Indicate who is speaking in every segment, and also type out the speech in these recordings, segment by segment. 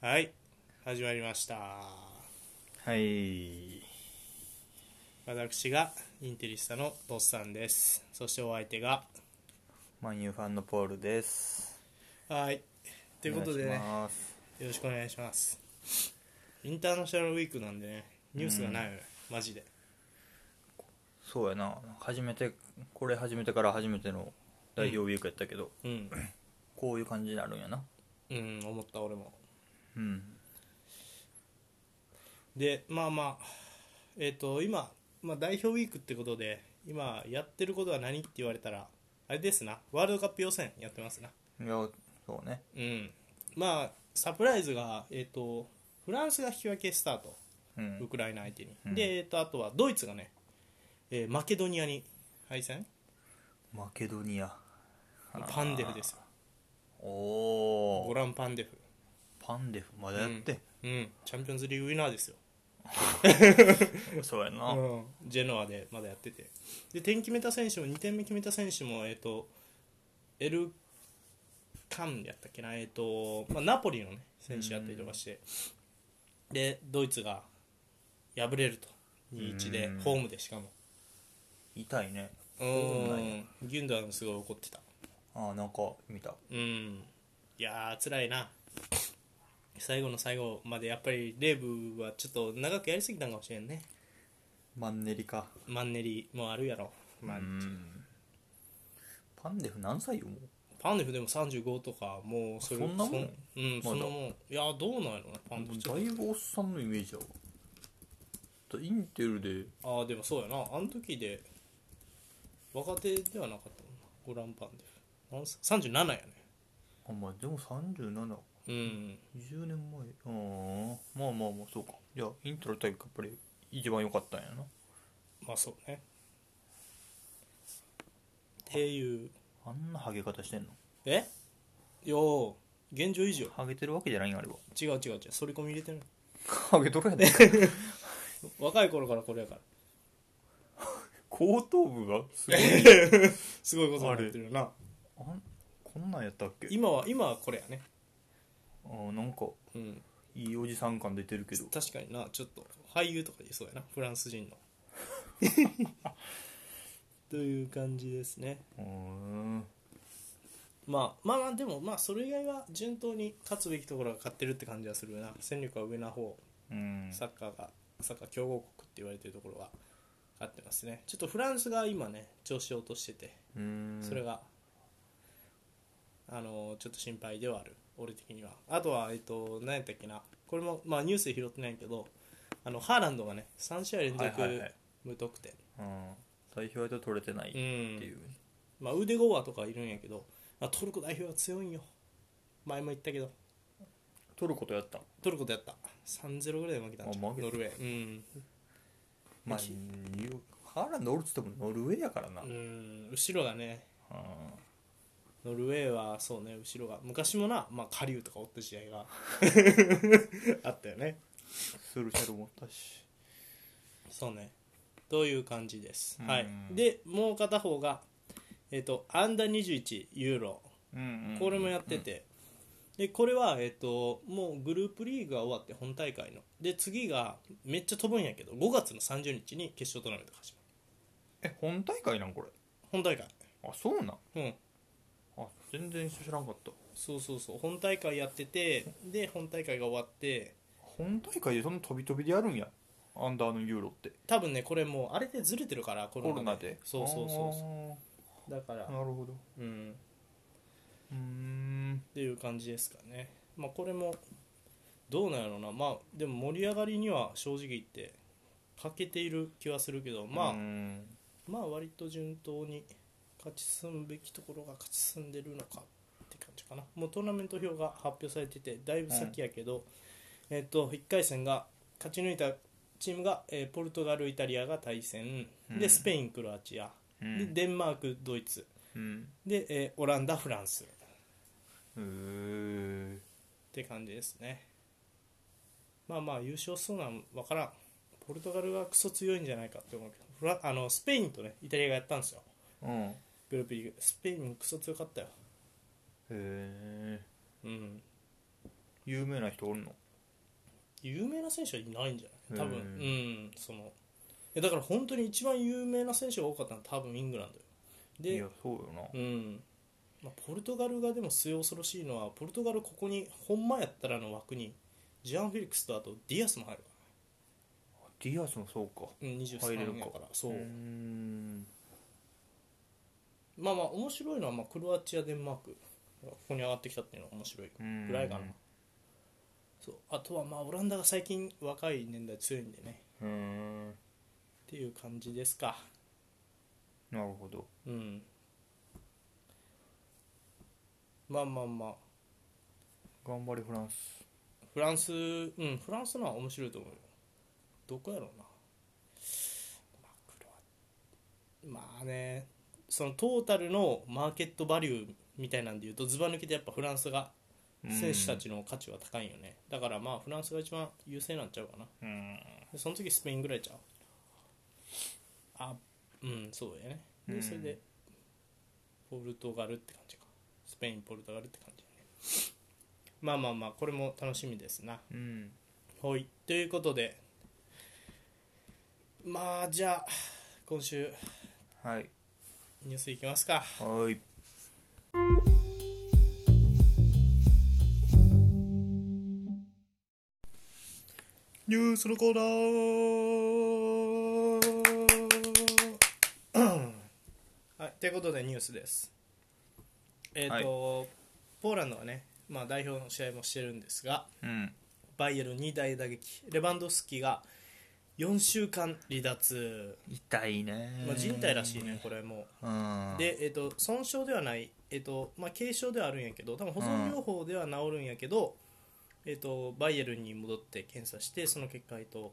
Speaker 1: はい始まりました
Speaker 2: はい
Speaker 1: 私がインテリスタのドッサンですそしてお相手が
Speaker 2: マニューファンのポールです
Speaker 1: はいということで
Speaker 2: お
Speaker 1: ね
Speaker 2: 願いします
Speaker 1: よろしくお願いしますインターナショナルウィークなんでねニュースがないよね、マジで
Speaker 2: そうやな初めてこれ始めてから初めての代表ウィークやったけど、
Speaker 1: うん
Speaker 2: こういう感じになるんやな
Speaker 1: うん思った俺も
Speaker 2: うん
Speaker 1: でまあまあえっ、と今、まあ、代表ウィークってことで今やってることは何って言われたらあれですなワールドカップ予選やってますない
Speaker 2: やそうね
Speaker 1: うんまあサプライズがえっ、とフランスが引き分けスタート
Speaker 2: う
Speaker 1: ウ
Speaker 2: ん
Speaker 1: クライナ相手に、
Speaker 2: うん
Speaker 1: で、えっとあとはドイツがね、えーマケドニアに敗戦
Speaker 2: マケドニア
Speaker 1: パンデフですよ
Speaker 2: お
Speaker 1: ゴ
Speaker 2: お
Speaker 1: ラン・パンデフ
Speaker 2: パンデフまだやって、
Speaker 1: うんチャンピオンズリーグウィナーですよ、
Speaker 2: そうやな、
Speaker 1: うん、ジェノアでまだやっててで点決めた選手も2点目決めた選手もえっ、とエルカンやったっけなえっ、と、まあ、ナポリのね選手やったりとかして、でドイツが敗れると2-1で、
Speaker 2: うん
Speaker 1: ホームでしかも
Speaker 2: 痛いね
Speaker 1: う
Speaker 2: そうなん
Speaker 1: んギュンダンすごい怒ってた
Speaker 2: ああなんか見た
Speaker 1: うんいやー辛いな最後の最後までやっぱりレーブはちょっと長くやりすぎたんかもしれんね
Speaker 2: マンネリか
Speaker 1: マンネリもあるやろ、まあ
Speaker 2: うんパンデフ何歳よもう
Speaker 1: パンデフでも35とかもうそれ
Speaker 2: そんなもん
Speaker 1: うん
Speaker 2: まだ
Speaker 1: そんなもんいやーどうなんやろなパンデフちょ
Speaker 2: だ
Speaker 1: っ
Speaker 2: いぶおっさんのイメージやわだインテルで
Speaker 1: とああでもそうやなあの時で若手ではなかったもんなゴランパンデフ何歳37やね
Speaker 2: あまあでも3710
Speaker 1: うん
Speaker 2: 年前うんまあまあまあそうかいやインテル対やっぱり一番良かったんやな
Speaker 1: まあそうねっていう
Speaker 2: あんなハゲ方してんの
Speaker 1: えよー現状維持よ
Speaker 2: ハゲてるわけじゃないんやあれは
Speaker 1: 違う違う違う反り込み入れてる
Speaker 2: ハゲとるやで
Speaker 1: 若い頃からこれやから
Speaker 2: 後頭部がすごい
Speaker 1: すごいことになってるよな
Speaker 2: あんこんなんやったっけ
Speaker 1: 今は今はこれやね
Speaker 2: あなんか
Speaker 1: うん
Speaker 2: いいおじさん感出てるけど
Speaker 1: 確かになちょっと俳優とか言いそうやなフランス人 のという感じですね
Speaker 2: うん
Speaker 1: まあまあまあでもまあそれ以外は順当に勝つべきところが勝ってるって感じはするな戦力は上な方
Speaker 2: うん
Speaker 1: サッカーがサッカー強豪国って言われてるところは勝ってますねちょっとフランスが今ね調子を落としてて
Speaker 2: うん
Speaker 1: それが、あのちょっと心配ではある俺的にはあとはえっと何やったっけなこれもまあニュースで拾ってないけどあのハーランドがね3試合連続
Speaker 2: はいはいはい
Speaker 1: 無得点、
Speaker 2: うん代表と取れてないっていう、
Speaker 1: まあ、腕ゴアとかいるんやけど、まあ、トルコ代表は強いんよ前も言ったけど
Speaker 2: 取ることやった
Speaker 1: トルコとやった3-0ぐらいで負けたんじゃん
Speaker 2: あ
Speaker 1: ノ
Speaker 2: 負けた
Speaker 1: ルウェー
Speaker 2: まあ、ニュハーランドおるっつってもノルウェーやからな、
Speaker 1: う
Speaker 2: うんん
Speaker 1: うん後ろがねノルウェーはそうね後ろが昔もな、まあ、カリュウとかおった試合 があったよね
Speaker 2: スルシャルもおったし
Speaker 1: そうねという感じです、
Speaker 2: うん
Speaker 1: はい、でもう片方が、えっとアンダー21ユーロこれもやってて、でこれは、えっともうグループリーグが終わって本大会ので次がめっちゃ飛ぶんやけど5月の30日に決勝トーナメントが始まる
Speaker 2: え本大会なんこれ
Speaker 1: 本大会
Speaker 2: あそうなん
Speaker 1: うん
Speaker 2: あ全然知らんかった
Speaker 1: そうそうそう本大会やっててで本大会が終わって
Speaker 2: 本大会でそんな飛び飛びでやるんやアンダーのユーロって
Speaker 1: 多分ねこれもうあれでずれてるからコ
Speaker 2: コロナで
Speaker 1: そうそうそうそ
Speaker 2: そう
Speaker 1: だから
Speaker 2: なるほど
Speaker 1: うん
Speaker 2: うーん
Speaker 1: っていう感じですかね、まあ、これもどうなんやろうな、まあ、でも盛り上がりには正直言って欠けている気はするけど、まあ
Speaker 2: うーん
Speaker 1: まあ割と順当に勝ち進むべきところが勝ち進んでるのかって感じかなもうトーナメント表が発表されててだいぶ先やけど、えっと1回戦が勝ち抜いたチームが、えーポルトガル、イタリアが対戦、
Speaker 2: う
Speaker 1: で
Speaker 2: ん
Speaker 1: スペイン、クロアチア、
Speaker 2: うん
Speaker 1: でデンマーク、ドイツ
Speaker 2: うん
Speaker 1: で、えーオランダ、フランスっ
Speaker 2: へえ
Speaker 1: て感じですねまあまあ優勝しそうなん分からんポルトガルはクソ強いんじゃないかって思うけどフラあのスペインと、ね、イタリアがやったんですよ
Speaker 2: うんへ
Speaker 1: グループリーグスペインもクソ強かったよ
Speaker 2: え
Speaker 1: うん
Speaker 2: 有名な人おるの
Speaker 1: 有名な選手はいないんじゃない多分
Speaker 2: う
Speaker 1: うんんそのえだから本当に一番有名な選手が多かったのは多分イングランド
Speaker 2: い
Speaker 1: よ
Speaker 2: やそうよな
Speaker 1: でうん、まあ、ポルトガルがでも末恐ろしいのはポルトガルここにほんまやったらの枠にジアン・フェリックスとあとディアスも入るか、
Speaker 2: ディアスもそうから
Speaker 1: うん、
Speaker 2: 入れる
Speaker 1: 23
Speaker 2: か
Speaker 1: やからそう、
Speaker 2: ーん
Speaker 1: まあまあ面白いのはまあクロアチアデンマークがここに上がってきたっていうのは面白いぐらいかなそうあとはまあオランダが最近若い年代強いんでね
Speaker 2: うーん
Speaker 1: っていう感じですか
Speaker 2: なるほど
Speaker 1: うんまあまあまあ
Speaker 2: 頑張れフランス
Speaker 1: フランスうんフランスのは面白いと思うよどこやろうなまあクロアまあねそのトータルのマーケットバリューみたいなんでいうとずば抜けてやっぱフランスが選手たちの価値は高いよねだからまあフランスが一番優勢なんちゃうかな
Speaker 2: うん
Speaker 1: でその時スペインぐらいちゃうあうんそうやね
Speaker 2: う
Speaker 1: で
Speaker 2: ん
Speaker 1: それでポルトガルって感じかスペインポルトガルって感じやねまあまあまあこれも楽しみですな
Speaker 2: うん
Speaker 1: はいということでまあじゃあ今週
Speaker 2: はい
Speaker 1: ニュースいきますか
Speaker 2: はい
Speaker 1: ニュースのコーナーはい、ということでニュースです。えっ、と、ポーランドはね、まあ、代表の試合もしてるんですが、
Speaker 2: うん
Speaker 1: バイエルンに大打撃、レバンドフスキが4週間離脱、
Speaker 2: 痛いね
Speaker 1: まあ、人体らしいね、これも
Speaker 2: うん
Speaker 1: う。で、えっと、損傷ではない、えっとまあ、軽傷ではあるんやけど、多分保存療法では治るんやけど、えっと、バイエルンに戻って検査して、その結果、えっと、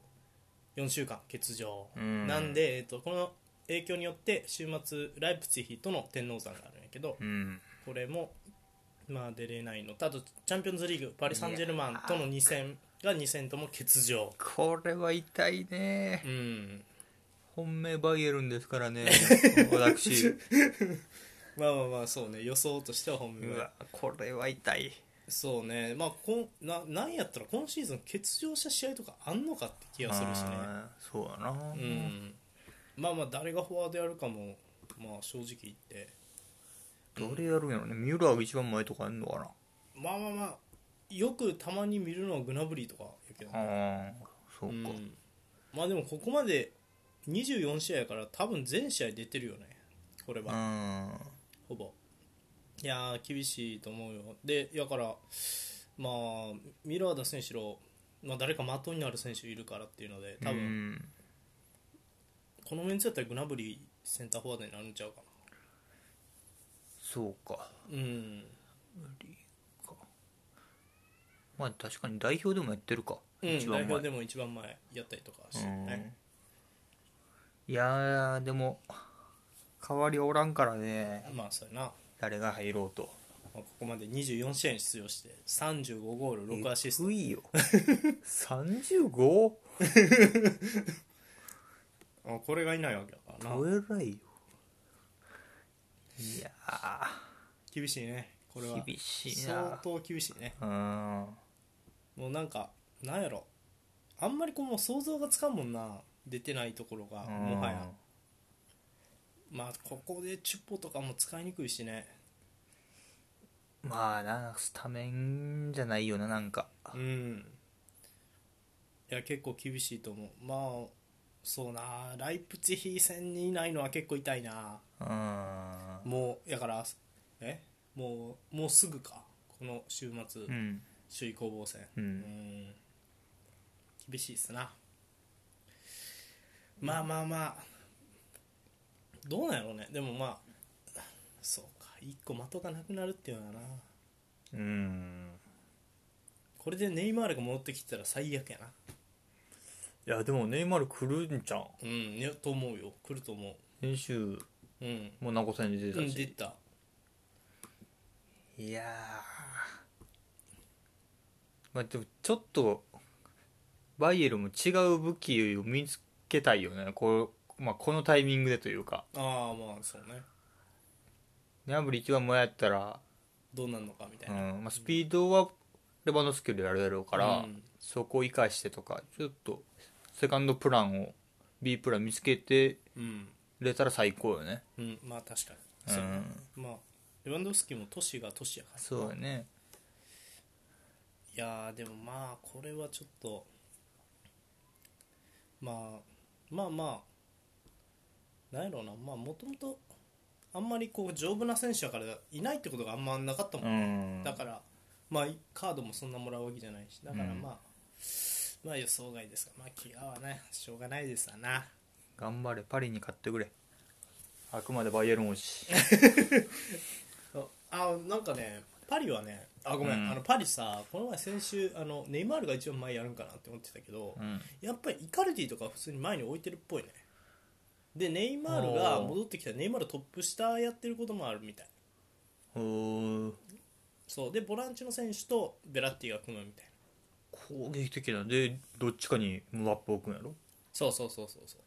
Speaker 1: 4週間欠場。
Speaker 2: うん
Speaker 1: なんで、えっと、この影響によって週末ライプツィヒとの天王山があるんやけど
Speaker 2: うん
Speaker 1: これも、まあ、出れないのとあとチャンピオンズリーグパリ・サンジェルマンとの2戦が2戦とも欠場
Speaker 2: これは痛いね
Speaker 1: うん
Speaker 2: 本命バイエルンですか らね私
Speaker 1: まあまあまあそうね予想としては本命
Speaker 2: うわこれは痛い
Speaker 1: そうねまあこんななんやったら今シーズン欠場した試合とかあんのかって気がするしね
Speaker 2: あーそうだな
Speaker 1: う
Speaker 2: う
Speaker 1: んまあまあ誰がフォワードやるかもまあ正直言って
Speaker 2: どれやるんやろねミュラーが一番前とかあんのか
Speaker 1: まあまあまあよくたまに見るのはグナブリーとかやけどね
Speaker 2: なああそう
Speaker 1: う
Speaker 2: か
Speaker 1: ん、まあでもここまで24試合やから多分全試合出てるよねこれ
Speaker 2: う
Speaker 1: は、
Speaker 2: ん
Speaker 1: ほぼいやー厳しいと思うよでやからまあミラーダ選手の、まあ、誰か的になる選手いるからっていうので多
Speaker 2: う
Speaker 1: 分
Speaker 2: ん
Speaker 1: このメンツやったらグナブリーセンターフォワードになるんちゃうか
Speaker 2: そうか
Speaker 1: なうん
Speaker 2: まあ確かに代表でもやってるか、
Speaker 1: うん、
Speaker 2: 一
Speaker 1: 代
Speaker 2: 番
Speaker 1: 表
Speaker 2: 前
Speaker 1: でも一番前やったりとかしてね
Speaker 2: いやーでも代わりおらんからね
Speaker 1: まあそうやな、ま
Speaker 2: 誰が入ろうと
Speaker 1: あここまで24試合に出場して35ゴール6アシスト
Speaker 2: 低い よ 35?
Speaker 1: あこれがいないわけだからな
Speaker 2: 超えないよいや
Speaker 1: 厳しいねこれは
Speaker 2: ー厳しい
Speaker 1: 相
Speaker 2: な
Speaker 1: 当厳しいね
Speaker 2: うん
Speaker 1: もうなんかなんやろあんまりこうもう想像がつかんもんな出てないところがもはやまあここでチュッポとかも使いにくいしね
Speaker 2: うんまあなスタメンじゃないよななんか
Speaker 1: うんいや結構厳しいと思うまあそうなライプツィヒ戦にいないのは結構痛いな
Speaker 2: うん
Speaker 1: もうやからえもうもうすぐかこの週末
Speaker 2: うん
Speaker 1: 首位攻防戦う
Speaker 2: う
Speaker 1: んん厳しいっすなまあまあまあどうなんやろうねでもまあそうか一個的がなくなるっていうのはな
Speaker 2: うん
Speaker 1: これでネイマールが戻ってきてたら最悪やない
Speaker 2: やでもネイマール来るんじゃん
Speaker 1: うんねと思うよ来ると思
Speaker 2: 先週
Speaker 1: ううん
Speaker 2: も名古屋に出
Speaker 1: う
Speaker 2: てた
Speaker 1: ん出、
Speaker 2: して
Speaker 1: た
Speaker 2: いやーまあでもちょっとバイエルも違う武器を見つけたいよねこう、まあ、このタイミングでというか
Speaker 1: ああまあそうね
Speaker 2: ネアブリ一番前やったら、
Speaker 1: どうなんのかみたい
Speaker 2: う
Speaker 1: な、
Speaker 2: んまあ、スピードはレバノフスキでやるだろうから、
Speaker 1: うん
Speaker 2: そこを生かしてとかちょっとセカンドプランを B プラン見つけて
Speaker 1: うん、
Speaker 2: れたら最高よね
Speaker 1: うん、まあ確かに
Speaker 2: う
Speaker 1: そ
Speaker 2: ん
Speaker 1: うねまあレバンドフスキも都市が都市やから
Speaker 2: そうだね
Speaker 1: いやーでもまあこれはちょっとまあまあまあなんやろうなまあもともとあんまりこう丈夫な選手だからいないってことがあんまなかったもん
Speaker 2: う
Speaker 1: ね、
Speaker 2: ん
Speaker 1: だからまあカードもそんなもらうわけじゃないしだから
Speaker 2: うん
Speaker 1: まあ、まあ予想外ですがまあ怪我はねしょうがないですわな
Speaker 2: 頑張れパリに勝ってくれあくまでバイエルン推し
Speaker 1: あなんかねパリはねあごめん、
Speaker 2: うん
Speaker 1: あのパリさこの前先週あのネイマールが一番前やるんかなって思ってたけど、
Speaker 2: うん
Speaker 1: やっぱりイカルディとかは普通に前に置いてるっぽいねでネイマールが戻ってきたネイマールトップ下やってることもあるみたい
Speaker 2: おー
Speaker 1: そうでボランチの選手とベラッティが組むみたいな
Speaker 2: 攻撃的なんでどっちかにムワップ置くんやろ
Speaker 1: そうそうそうそうそ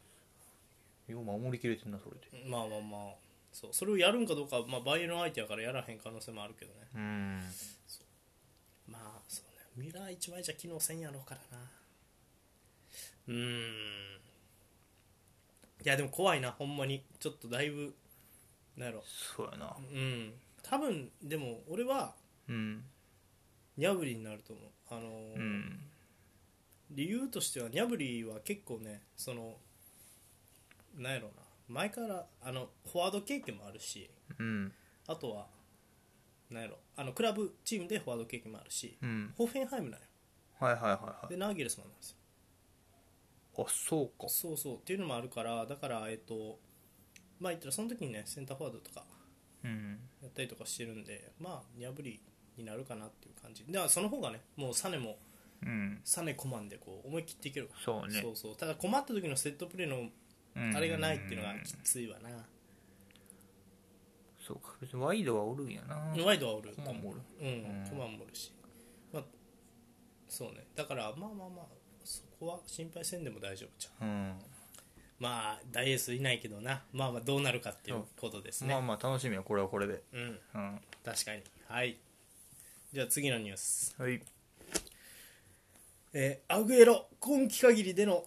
Speaker 2: よう守りきれてんなそれで
Speaker 1: うまあまあまあそうそれをやるんかどうかは、まあ、バイエルン相手やからやらへん可能性もあるけどね
Speaker 2: うん
Speaker 1: まあそうねミラー一枚じゃ機能せんやろうからなうーんいやでも怖いなほんまにちょっとだいぶなんやろ
Speaker 2: そうやな
Speaker 1: うん多分でも俺は
Speaker 2: うん
Speaker 1: ニャブリになると思う、あのー
Speaker 2: うん
Speaker 1: 理由としてはニャブリは結構ねそのなんやろうな前からあのフォワード経験もあるし
Speaker 2: うん
Speaker 1: あとはなんやろあのクラブチームでフォワード経験もあるし
Speaker 2: うん
Speaker 1: ホーフェンハイムなんよ
Speaker 2: はいはいはいはい
Speaker 1: でナーゲルスマンなんですよ
Speaker 2: あそうか
Speaker 1: そうそうっていうのもあるからだからえっとまあ言ったらその時にねセンターフォワードとか
Speaker 2: うん
Speaker 1: やったりとかしてるんでまあニャブリになるかなっていう感じだからその方がねもうサネも
Speaker 2: うん
Speaker 1: サネコマンでこう思い切っていけるから
Speaker 2: そうね
Speaker 1: そうそうただ困った時のセットプレーの
Speaker 2: うん
Speaker 1: あれがないっていうのがきついわな、
Speaker 2: そうか別にワイドはおるんやな
Speaker 1: ワイドはおる
Speaker 2: コマンもおる
Speaker 1: うん、
Speaker 2: うん
Speaker 1: コマンもおるしまあそうねだからまあまあまあそこは心配せんでも大丈夫じゃん
Speaker 2: うん
Speaker 1: まあ大エースいないけどなまあまあどうなるかっていうことです
Speaker 2: まあ
Speaker 1: ね
Speaker 2: まあ楽しみやこれはこれで
Speaker 1: うん
Speaker 2: うん
Speaker 1: 確かにはいじゃあ次のニュース
Speaker 2: はい
Speaker 1: えーアグエロ今季限りでの、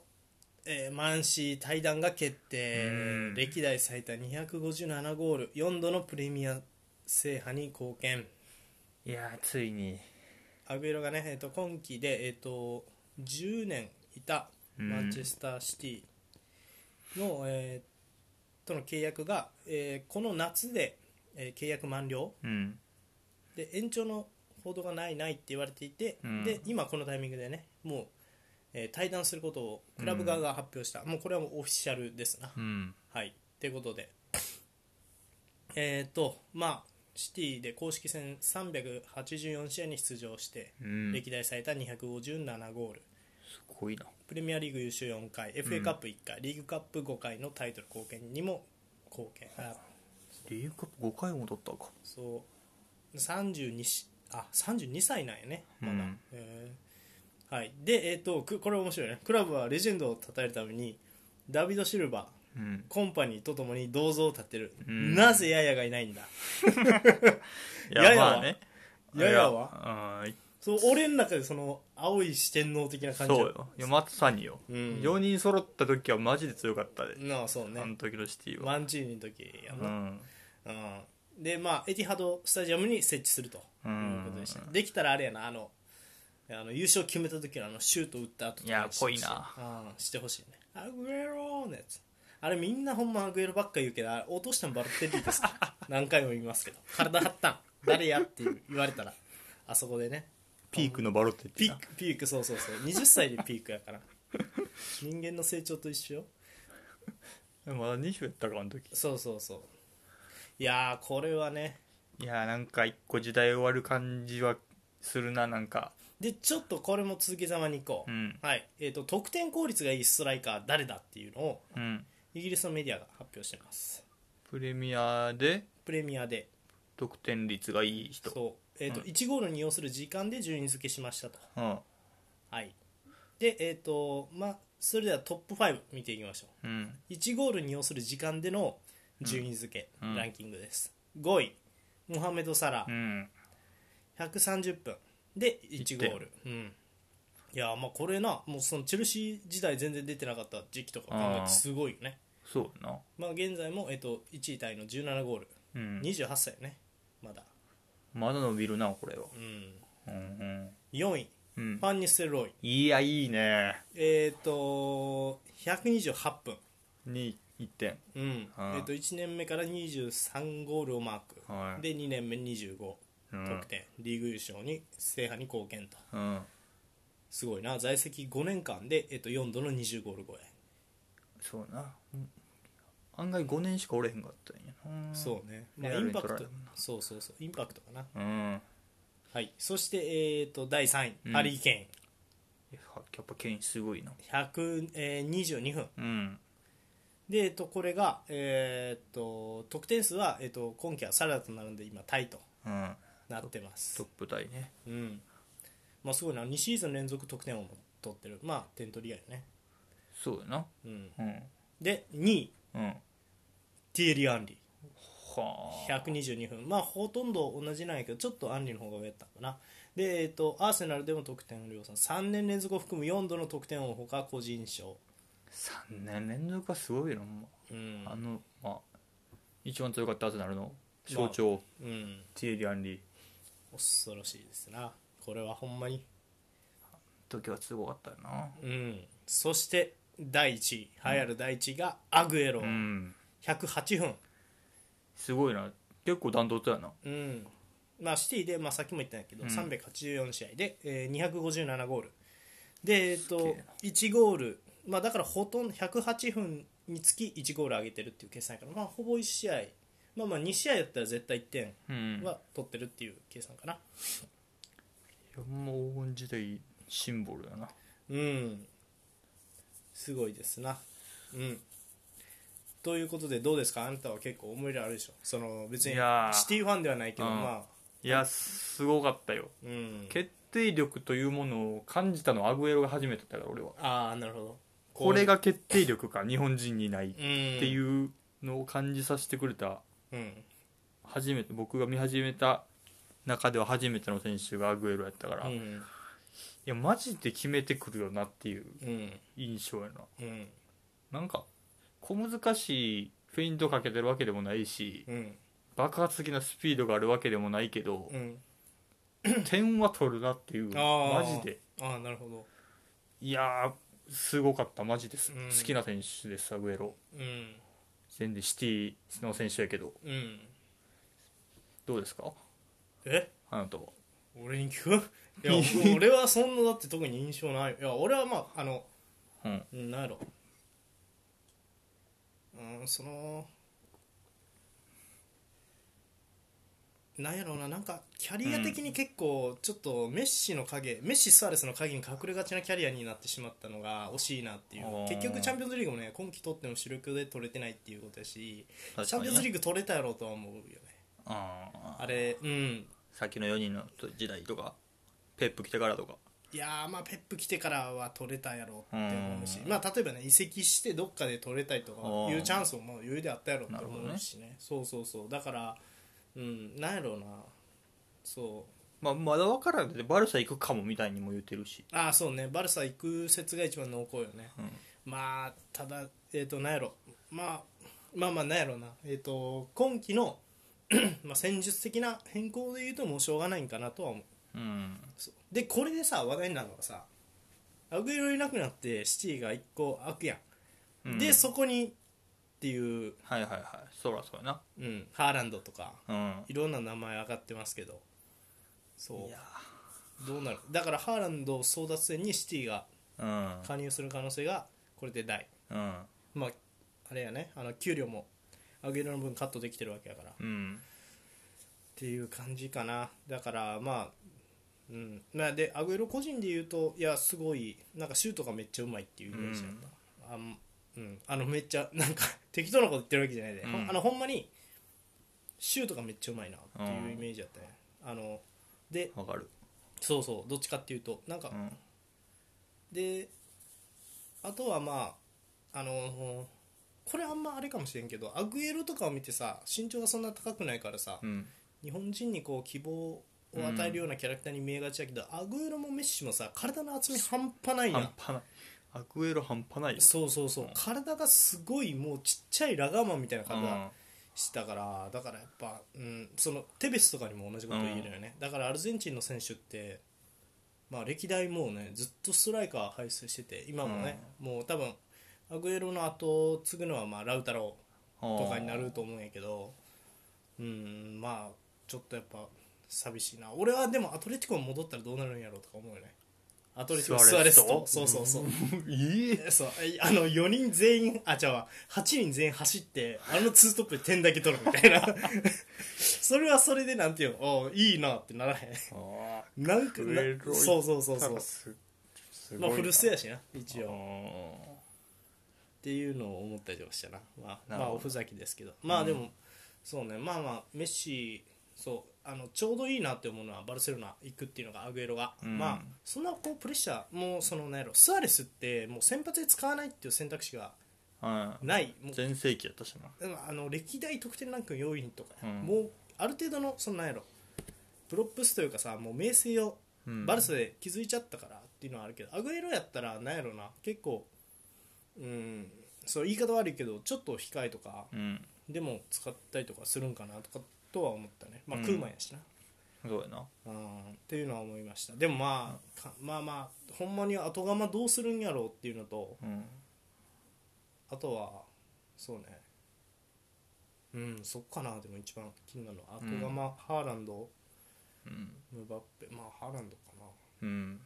Speaker 1: えーマンシー対談が決定
Speaker 2: うん
Speaker 1: 歴代最多257ゴール4度のプレミア制覇に貢献
Speaker 2: いやーついに
Speaker 1: アグエロがね、えー、と今季で、えー、と10年いた
Speaker 2: うん
Speaker 1: マンチェスターシティの、えーとの契約が、えーこの夏で、えー契約満了
Speaker 2: うん
Speaker 1: で延長の報道がないないって言われていて、
Speaker 2: うん
Speaker 1: で今このタイミングでねもう、えー退団することをクラブ側が発表した、もうこれはもうオフィシャルですな、
Speaker 2: うん
Speaker 1: はいということでえっ、とまあシティで公式戦384試合に出場して、
Speaker 2: うん
Speaker 1: 歴代最多257ゴール
Speaker 2: すごいな
Speaker 1: プレミアリーグ優勝4回、FA カップ1回リーグカップ5回のタイトル貢献にも貢献あ
Speaker 2: リーグカップ5回も取ったか
Speaker 1: そう32しあ32歳なんやねまだ、
Speaker 2: うん
Speaker 1: へーはいでえっ、とくこれ面白いねクラブはレジェンドを称えるためにダビド・シルバ
Speaker 2: うん
Speaker 1: コンパニーとともに銅像を建てる、
Speaker 2: ん
Speaker 1: なぜヤヤがいないんだ
Speaker 2: い
Speaker 1: ややは
Speaker 2: まあね
Speaker 1: ややはい
Speaker 2: やうん
Speaker 1: そう俺の中でその青い四天王的な感じ
Speaker 2: そうよいやまさによ
Speaker 1: うん
Speaker 2: 4人揃った時はマジで強かったで
Speaker 1: なあそう
Speaker 2: あ
Speaker 1: ね
Speaker 2: の時のシティは
Speaker 1: マンチーニの時や
Speaker 2: う
Speaker 1: な、
Speaker 2: ん
Speaker 1: うん、でまあエティハドスタジアムに設置すると
Speaker 2: う
Speaker 1: いうんことでした、できたらあれやなあのあの優勝決めた時のあのシュート打った後とかに
Speaker 2: いや
Speaker 1: して
Speaker 2: ぽいな
Speaker 1: うん、してほしいねアグエローのやつあれみんなほんまアグエロばっか言うけどあれ落としたのバルテリーですから 何回も言いますけど体張ったん誰やって言われたらあそこでね
Speaker 2: ピークのバロッテって
Speaker 1: ピ
Speaker 2: 言
Speaker 1: ークピークそうそうそう20歳でピークやから人間の成長と一緒よ
Speaker 2: まだ2週やったかあの時
Speaker 1: そうそうそういやーこれはね
Speaker 2: いやーなんか一個時代終わる感じはするななんか
Speaker 1: でちょっとこれも続けざまにいこう、
Speaker 2: うん
Speaker 1: はいえー、と得点効率がいいストライカー誰だっていうのを
Speaker 2: うん
Speaker 1: イギリスのメディアが発表してます
Speaker 2: プレミアで
Speaker 1: プレミアで
Speaker 2: 得点率がいい人
Speaker 1: そう、えーと1ゴールに要する時間で順位付けしましたと、
Speaker 2: うん
Speaker 1: はい、で、えーとまあ、それではトップ5見ていきましょ
Speaker 2: うん
Speaker 1: う1ゴールに要する時間での順位付け、
Speaker 2: うん
Speaker 1: ランキングです5位モハメド・サラ
Speaker 2: う、ん
Speaker 1: 130分で1ゴ
Speaker 2: 点
Speaker 1: ール、うん、いやまあこれなもうそのチェルシー時代全然出てなかった時期とか考え
Speaker 2: あ
Speaker 1: て
Speaker 2: ー
Speaker 1: すごいよね
Speaker 2: そうやな
Speaker 1: まあ現在も、えっと、1位タイの17ゴール
Speaker 2: うん
Speaker 1: 28歳よねまだ、
Speaker 2: まだ伸びるなこれは
Speaker 1: うん、
Speaker 2: うん
Speaker 1: 4位
Speaker 2: うんうん
Speaker 1: ファン・ニステルロイ
Speaker 2: いやいいね
Speaker 1: えっ、と128分、
Speaker 2: に1点
Speaker 1: うん
Speaker 2: あー
Speaker 1: えっと1年目から23ゴールをマーク、
Speaker 2: はい
Speaker 1: で2年目25
Speaker 2: うん
Speaker 1: 得点、リーグ優勝に制覇に貢献と
Speaker 2: うん
Speaker 1: すごいな在籍5年間で、えっと4度の20ゴール超え
Speaker 2: そうなうん案外5年しかおれへんかったんやな
Speaker 1: そうね、まあ、
Speaker 2: リ
Speaker 1: イ
Speaker 2: アル
Speaker 1: ン
Speaker 2: に
Speaker 1: パ
Speaker 2: 捉え
Speaker 1: ク
Speaker 2: たもん
Speaker 1: ト
Speaker 2: な
Speaker 1: そうそうそうインパクトかな、
Speaker 2: うん
Speaker 1: はい、そして、えー、と第3位、
Speaker 2: うん
Speaker 1: ハリー・ケ
Speaker 2: やっぱケインすごいな
Speaker 1: イン122分
Speaker 2: うん
Speaker 1: で、えっとこれが、えー、と得点数は、えっと今季はサラダと並んで今タイと
Speaker 2: うん
Speaker 1: なってま
Speaker 2: ト
Speaker 1: す
Speaker 2: ッ、プ台ね
Speaker 1: うんまあ、すごいな2シーズン連続得点を取ってるまあ点取り合いね、
Speaker 2: そうやな
Speaker 1: うん、
Speaker 2: うん
Speaker 1: で2位
Speaker 2: うん
Speaker 1: ティエリ・アンリ
Speaker 2: はあ
Speaker 1: 122分まあほとんど同じなんやけどちょっとアンリの方が上やったかなで、えっとアーセナルでも得点を量産3年連続を含む4度の得点王ほか個人賞、
Speaker 2: 3年連続はすごいな、ほんま
Speaker 1: うん
Speaker 2: あのまあ一番強かったアーセナルの象徴、
Speaker 1: うん、
Speaker 2: ティエリ・アンリー
Speaker 1: 恐ろしいですなこれはほんまに
Speaker 2: 時はすごかったよな
Speaker 1: うんそして第1位栄えある第1位がアグエロ、
Speaker 2: うん
Speaker 1: 108分
Speaker 2: すごいな結構ダントツやな
Speaker 1: うんまあ、シティで、まあ、さっきも言ったんやけど、
Speaker 2: うん
Speaker 1: 384試合で、えー257ゴールで、えっ
Speaker 2: すげ
Speaker 1: と
Speaker 2: えな
Speaker 1: 1ゴール、まあ、だからほとんど108分につき1ゴール上げてるっていう計算やから、まあ、ほぼ1試合、まあ、まあ2試合やったら絶対1点
Speaker 2: うん
Speaker 1: は取ってるっていう計算かな、
Speaker 2: もう黄金時代シンボルやな
Speaker 1: うん、すごいですな。うんということでどうですかあなたは結構思い入れあるでしょその別にシ
Speaker 2: いやー
Speaker 1: ティファンではないけど
Speaker 2: うん
Speaker 1: まあ
Speaker 2: いやすごかったよ
Speaker 1: うん
Speaker 2: 決定力というものを感じたのはアグエロが初めてだから俺は
Speaker 1: ああなるほど
Speaker 2: これが決定力か日本人にないっ
Speaker 1: って
Speaker 2: ていうのを感じさせてくれた
Speaker 1: うん
Speaker 2: 初めて僕が見始めた中では初めての選手がアグエロやったから、
Speaker 1: う
Speaker 2: い
Speaker 1: ん
Speaker 2: やマジで決めてくるよなっていう
Speaker 1: うん
Speaker 2: 印象やな
Speaker 1: うん
Speaker 2: なんか小難しいフェイントかけてるわけでもないし
Speaker 1: うん
Speaker 2: 爆発的なスピードがあるわけでもないけど
Speaker 1: う、ん
Speaker 2: 点は取るなっていう
Speaker 1: あ
Speaker 2: マ
Speaker 1: ー
Speaker 2: ジで
Speaker 1: ああなるほど
Speaker 2: いやーすごかったマジです、
Speaker 1: うん
Speaker 2: 好きな選手ですアグエロ
Speaker 1: うん
Speaker 2: 全然シティの選手やけど
Speaker 1: うん
Speaker 2: どうですか
Speaker 1: え
Speaker 2: あなたは
Speaker 1: 俺に聞 くいや俺はそんなだって特に印象ないいや俺はまああの
Speaker 2: うん
Speaker 1: うんなんやろうんそのなんやろうななんかキャリア的に結構ちょっとメッシの影、メッシ・スアレスの影に隠れがちなキャリアになってしまったのが惜しいなってい
Speaker 2: あ
Speaker 1: う
Speaker 2: ー
Speaker 1: 結局チャンピオンズリーグもね今季取っても主力で取れてないっていうことやし
Speaker 2: 確かに
Speaker 1: チャンピ
Speaker 2: ね
Speaker 1: オンズリーグ取れたやろうとは思うよね
Speaker 2: あ
Speaker 1: あれうん
Speaker 2: さっきの4人の時代とかペップ来てからとか
Speaker 1: いやーまあペップ来てからは取れたやろうって思うし
Speaker 2: う
Speaker 1: まあ例えばね移籍してどっかで取れたりとかいうチャンスももう余裕であったやろうって思うしねそうそうそうだからうんなんやろうなそう
Speaker 2: まあ、まだ分からんけどバルサ行くかもみたいにも言ってるし
Speaker 1: ああそうねバルサ行く説が一番濃厚よね、
Speaker 2: うん
Speaker 1: まあただえっ、となんやろ、まあ、まあまあなんやろなえっ、と今期の まあ戦術的な変更で言うともうしょうがないんかなとは思う
Speaker 2: うん
Speaker 1: そうでこれでさ話題になるのがさアグエロいなくなってシティが1個開くやん、
Speaker 2: うん
Speaker 1: でそこにっていう、
Speaker 2: はいはいはいそらそうや
Speaker 1: うん、ハーランドとか
Speaker 2: な
Speaker 1: いろんな名前上がってますけど
Speaker 2: うん
Speaker 1: そ
Speaker 2: や
Speaker 1: うどうなるだからハーランドを争奪戦にシティが
Speaker 2: うん
Speaker 1: 加入する可能性がこれで大
Speaker 2: うん
Speaker 1: まああれやねあの給料もアグエロの分カットできてるわけやから
Speaker 2: う
Speaker 1: っ
Speaker 2: ん
Speaker 1: ていう感じかなだからまあうんまあでアグエロ個人で言うといやすごいなんかシュートがめっちゃうまいっていうイメージだった、あんうん、あのめっちゃなんか 適当なこと言ってるわけじゃないで、
Speaker 2: うん
Speaker 1: ほんあのほんまにシュートがめっちゃうまいなっていうイメージだったね、あので
Speaker 2: わかる
Speaker 1: そうそうどっちかっていうとなんか、
Speaker 2: うん
Speaker 1: であとはまああのこれあんまあれかもしれんけどアグエロとかを見てさ身長がそんな高くないからさ、
Speaker 2: うん
Speaker 1: 日本人にこう希望をを与えるようなキャラクターに見えがちだけど、アグエロもメッシもさ体の厚み半端ないやん
Speaker 2: 半端ないアクエロ半端ないよ
Speaker 1: そうそうそう、体がすごいもうちっちゃいラガーマンみたいな体したから、だからやっぱ、うん、そのテベスとかにも同じこと言えるよね、だからアルゼンチンの選手って、まあ、歴代もうねずっとストライカー輩出してて今もね、もう多分アグエロの後を継ぐのはまあラウタロ
Speaker 2: うん
Speaker 1: とかになると思うんやけどうんまあちょっとやっぱ寂しいな俺はでもアトレティコに戻ったらどうなるんやろうとか思うよねアトレティコス
Speaker 2: ス
Speaker 1: ア
Speaker 2: ア
Speaker 1: レ
Speaker 2: レ
Speaker 1: ス
Speaker 2: ス
Speaker 1: と
Speaker 2: と
Speaker 1: そうそうそう、
Speaker 2: いい
Speaker 1: そうえあの4人全員あじゃあ8人全員走ってあのツートップで点だけ取るみたいな それはそれでなんていうのおういいなってならへんなんかなそうそうそうそう
Speaker 2: そう
Speaker 1: まあフルスや
Speaker 2: し
Speaker 1: しな一応っていうのを思ったりとかしたな,、まあ、
Speaker 2: なる
Speaker 1: まあ
Speaker 2: ほど
Speaker 1: おふざけですけどまあでも、そうねまあまあメッシそうあのちょうどいいなって思うのはバルセロナ行くっていうのがアグエロが、
Speaker 2: うん
Speaker 1: まあそんなこうプレッシャーもうそのなんやろスアレスってもう先発で使わないっていう選択肢が
Speaker 2: うん
Speaker 1: ないもう
Speaker 2: 全盛期やったしな
Speaker 1: でもあの歴代得点ランク4位とか、
Speaker 2: うん
Speaker 1: もうある程度のそのなんやろプロップスというかさもう名声を
Speaker 2: うん
Speaker 1: バルサで築いちゃったからっていうのはあるけど、アグエロやったらなんやろな結構うんそう言い方悪いけどちょっと控えとか
Speaker 2: うん
Speaker 1: でも使ったりとかするんかなとかとは思ったねまあ、
Speaker 2: うん
Speaker 1: クーマンやしな
Speaker 2: そうやな
Speaker 1: うんっていうのは思いましたでもまあ、かまあまあほんまに後釜どうするんやろうっていうのと、
Speaker 2: うん
Speaker 1: あとはそうねうんそっかなでも一番気になるのは
Speaker 2: うん
Speaker 1: 後釜、ハーランド
Speaker 2: うん
Speaker 1: ムバッペまあハーランドかな
Speaker 2: うん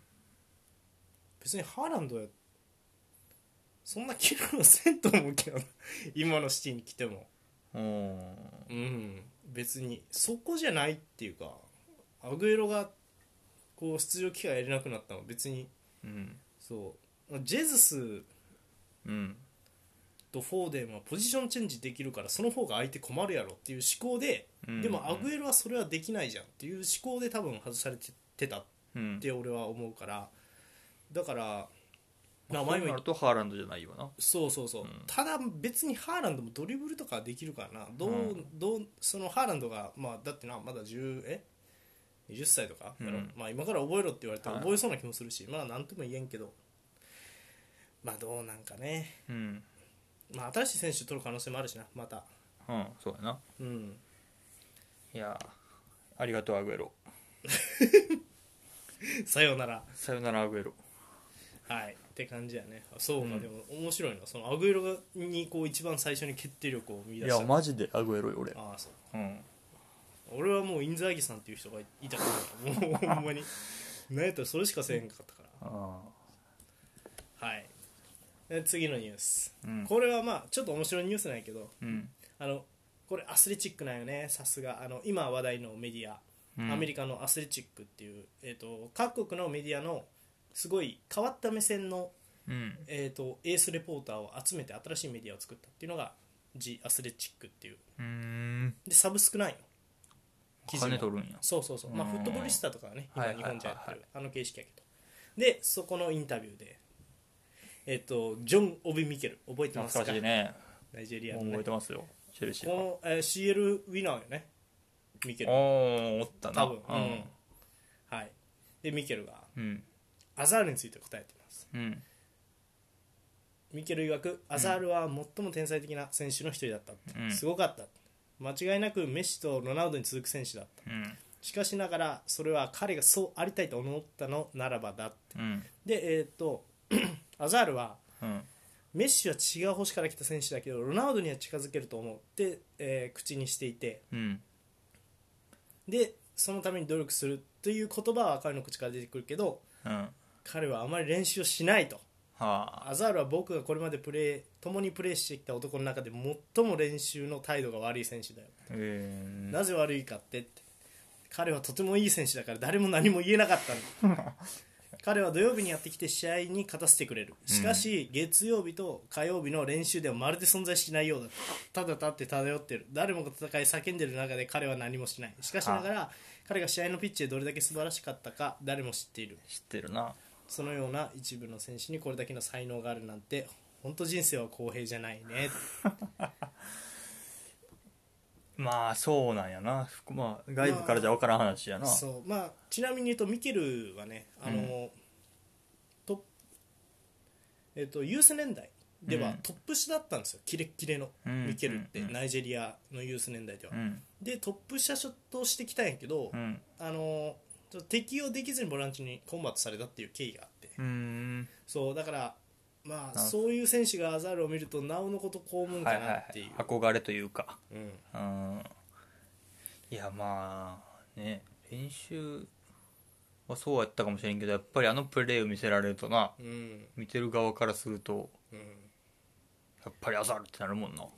Speaker 1: 別にハーランドやそんな気分せんと思うけどな 今のシティに来ても
Speaker 2: お
Speaker 1: うん別にそこじゃないっていうかアグエロがこう出場機会やれなくなったのは別に
Speaker 2: うん
Speaker 1: そうジェズス
Speaker 2: うん
Speaker 1: とフォーデンはポジションチェンジできるからその方が相手困るやろっていう思考で
Speaker 2: うん
Speaker 1: でもアグエロはそれはできないじゃんっていう思考で多分外されてたっ
Speaker 2: うん
Speaker 1: て俺は思うからだからまあ
Speaker 2: そう
Speaker 1: 前も
Speaker 2: な
Speaker 1: 言っ
Speaker 2: るとハーランドじゃないよな
Speaker 1: そうそうそう、
Speaker 2: うん
Speaker 1: ただ別にハーランドもドリブルとかできるからなどう、
Speaker 2: うん
Speaker 1: どうそのハーランドが、まあ、だってなまだ10え20歳とかやろ、
Speaker 2: うん
Speaker 1: まあ、今から覚えろって言われたら
Speaker 2: はい
Speaker 1: 覚えそうな気もするし、まあ何とも言えんけどまあどうなんかね、
Speaker 2: うん
Speaker 1: まあ、新しい選手取る可能性もあるしなまた
Speaker 2: うんそうやな
Speaker 1: うん
Speaker 2: いやありがとうアグエロ
Speaker 1: さようなら
Speaker 2: さよならアグエロ
Speaker 1: はいって感じやねあそうか、
Speaker 2: うん
Speaker 1: でも面白いなそのアグエロにこう一番最初に決定力を見
Speaker 2: い
Speaker 1: 出した
Speaker 2: やマジでアグエロよ俺
Speaker 1: ああそう
Speaker 2: うん
Speaker 1: 俺はもうインザーギさんっていう人がいたからもうほんまに何やったらそれしかせえへんかったか
Speaker 2: あ
Speaker 1: らはいで次のニュース、
Speaker 2: うん
Speaker 1: これはまあちょっと面白いニュースなんやけど
Speaker 2: うん
Speaker 1: あのこれアスレチックなんよねさすがあの今話題のメディア、
Speaker 2: うん
Speaker 1: アメリカのアスレチックっていう、えー、と各国のメディアのすごい変わった目線の
Speaker 2: うん
Speaker 1: えー、とエースレポーターを集めて新しいメディアを作ったっていうのが「ジ・アスレチック」っていう
Speaker 2: うーん
Speaker 1: でサブ少ないの記事も
Speaker 2: 金取るんや
Speaker 1: そうそうそうまあ
Speaker 2: う
Speaker 1: フ
Speaker 2: ん
Speaker 1: ットボリスタとかはね今
Speaker 2: はいはい
Speaker 1: 日
Speaker 2: はいはい
Speaker 1: 本じゃやってるあの形式やけどでそこのインタビューでえっ、とジョン・オビ・ミケル覚えてますか
Speaker 2: 懐かしいね
Speaker 1: ナイジェリア
Speaker 2: も
Speaker 1: の、
Speaker 2: う
Speaker 1: ね、
Speaker 2: 覚えて
Speaker 1: こ
Speaker 2: ますよチェルシー
Speaker 1: の、えー CL ウィナーよねミケル
Speaker 2: あーおったな
Speaker 1: 多分うんはいでミケルが
Speaker 2: うん
Speaker 1: アザールについて答えてます
Speaker 2: うん
Speaker 1: ミケル曰くアザールは最も天才的な選手の一人だったって、
Speaker 2: うん
Speaker 1: すごかった間違いなくメッシとロナウドに続く選手だった
Speaker 2: うん
Speaker 1: しかしながらそれは彼がそうありたいと思ったのならばだって
Speaker 2: うん
Speaker 1: でえーっと アザールは
Speaker 2: うん
Speaker 1: メッシは違う星から来た選手だけどロナウドには近づけると思うって、えー口にしていて
Speaker 2: うん
Speaker 1: でそのために努力するという言葉は彼の口から出てくるけど
Speaker 2: うんは
Speaker 1: 彼はあまり練習をしないと
Speaker 2: あ
Speaker 1: アザールは僕がこれまでプレー共にプレーしてきた男の中で最も練習の態度が悪い選手だよ、
Speaker 2: えー
Speaker 1: なぜ悪いかってって彼はとてもいい選手だから誰も何も言えなかったんだ彼は土曜日にやってきて試合に勝たせてくれるしかし、月曜日と火曜日の練習ではまるで存在しないようだただ立って漂ってる誰もが戦い叫んでる中で彼は何もしないしかしながら彼が試合のピッチでどれだけ素晴らしかったか誰も知っている
Speaker 2: 知ってるな
Speaker 1: そのような一部の選手にこれだけの才能があるなんて本当人生は公平じゃないね
Speaker 2: まあそうなんやな、まあ、外部からじゃ分からん話やな、
Speaker 1: そうまあ、ちなみに言うとミケルはねあの、
Speaker 2: う
Speaker 1: とえっとユース年代で
Speaker 2: う
Speaker 1: は
Speaker 2: ん
Speaker 1: トップ下だったんですよ、キレッキレの
Speaker 2: うん
Speaker 1: ミケルって、
Speaker 2: うんうん
Speaker 1: ナイジェリアのユース年代では、
Speaker 2: うん
Speaker 1: でトップ下としてきたんやけど、
Speaker 2: うん
Speaker 1: あのちょっと適応できずにボランチにコンバットされたっていう経緯があって、
Speaker 2: うーん
Speaker 1: そうだからまあ
Speaker 2: なるほ
Speaker 1: そういう選手がアザールを見るとなおのことこう思うん
Speaker 2: は
Speaker 1: か
Speaker 2: いはいは
Speaker 1: ないっていう、
Speaker 2: 憧れというか
Speaker 1: うん
Speaker 2: うんいやまあね練習はそうやったかもしれんけどやっぱりあのプレーを見せられるとな
Speaker 1: うん
Speaker 2: 見てる側からすると
Speaker 1: うん
Speaker 2: やっぱりアザールってなるもんな
Speaker 1: うん、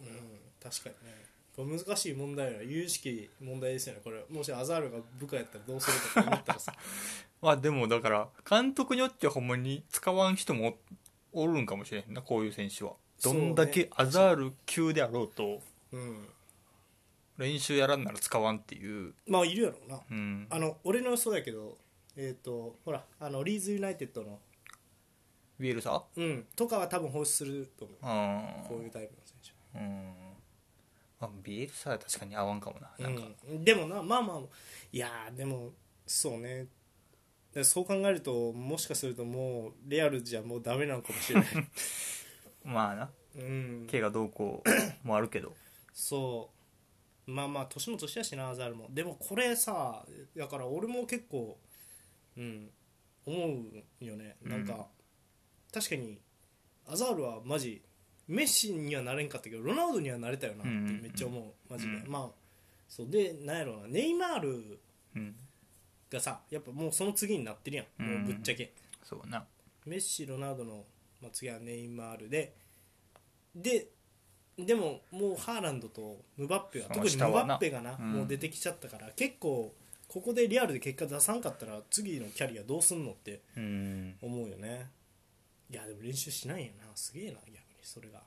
Speaker 1: 確かにねこれ難しい問題よね有意識問題ですよねこれもしアザールが部下やったらどうするとか思ったら さ
Speaker 2: まあでもだから監督によってほんまに使わん人もおるんかもしれんなこういう選手はどんだ
Speaker 1: そう
Speaker 2: けアザール級であろうと
Speaker 1: うん
Speaker 2: 練習やらんなら使わんっていう
Speaker 1: まあいるやろうな
Speaker 2: うん
Speaker 1: あの俺の予想だけどえっ、とほらあのリーズユナイテッドの
Speaker 2: ビエルさ
Speaker 1: うんとかは多分放出すると思う
Speaker 2: あ
Speaker 1: こういうタイプの選手
Speaker 2: ーうんまあビエルさは確かに合わんかもななんか
Speaker 1: うん、でもなまあまあいやーでもそうねでそう考えるともしかするともうレアルじゃもうダメなのかもしれない、
Speaker 2: まあな
Speaker 1: うん、
Speaker 2: 怪我どうこうもあるけど
Speaker 1: そうまあまあ年も年やしなアザールもでもこれさだから俺も結構うん思うよねなんか、
Speaker 2: うん
Speaker 1: 確かにアザールはマジメッシにはなれんかったけどロナウドにはなれたよなって
Speaker 2: うんうんうん
Speaker 1: めっちゃ思う、マジで、
Speaker 2: うん
Speaker 1: まあそうでなんやろうなネイマール
Speaker 2: うん
Speaker 1: がさやっぱもうその次になってるやん、
Speaker 2: うん
Speaker 1: もうぶっちゃけ
Speaker 2: そうな
Speaker 1: メッシロナウドの、まあ、次はネイマールでででももうハーランドとムバッペは
Speaker 2: そ
Speaker 1: 特
Speaker 2: の
Speaker 1: に
Speaker 2: 下
Speaker 1: ム
Speaker 2: はな
Speaker 1: バッペがな、
Speaker 2: うん
Speaker 1: もう出てきちゃったから結構ここでリアルで結果出さんかったら次のキャリアどうすんのって
Speaker 2: うん
Speaker 1: 思うよねいやでも練習しないよなすげえな逆にそれが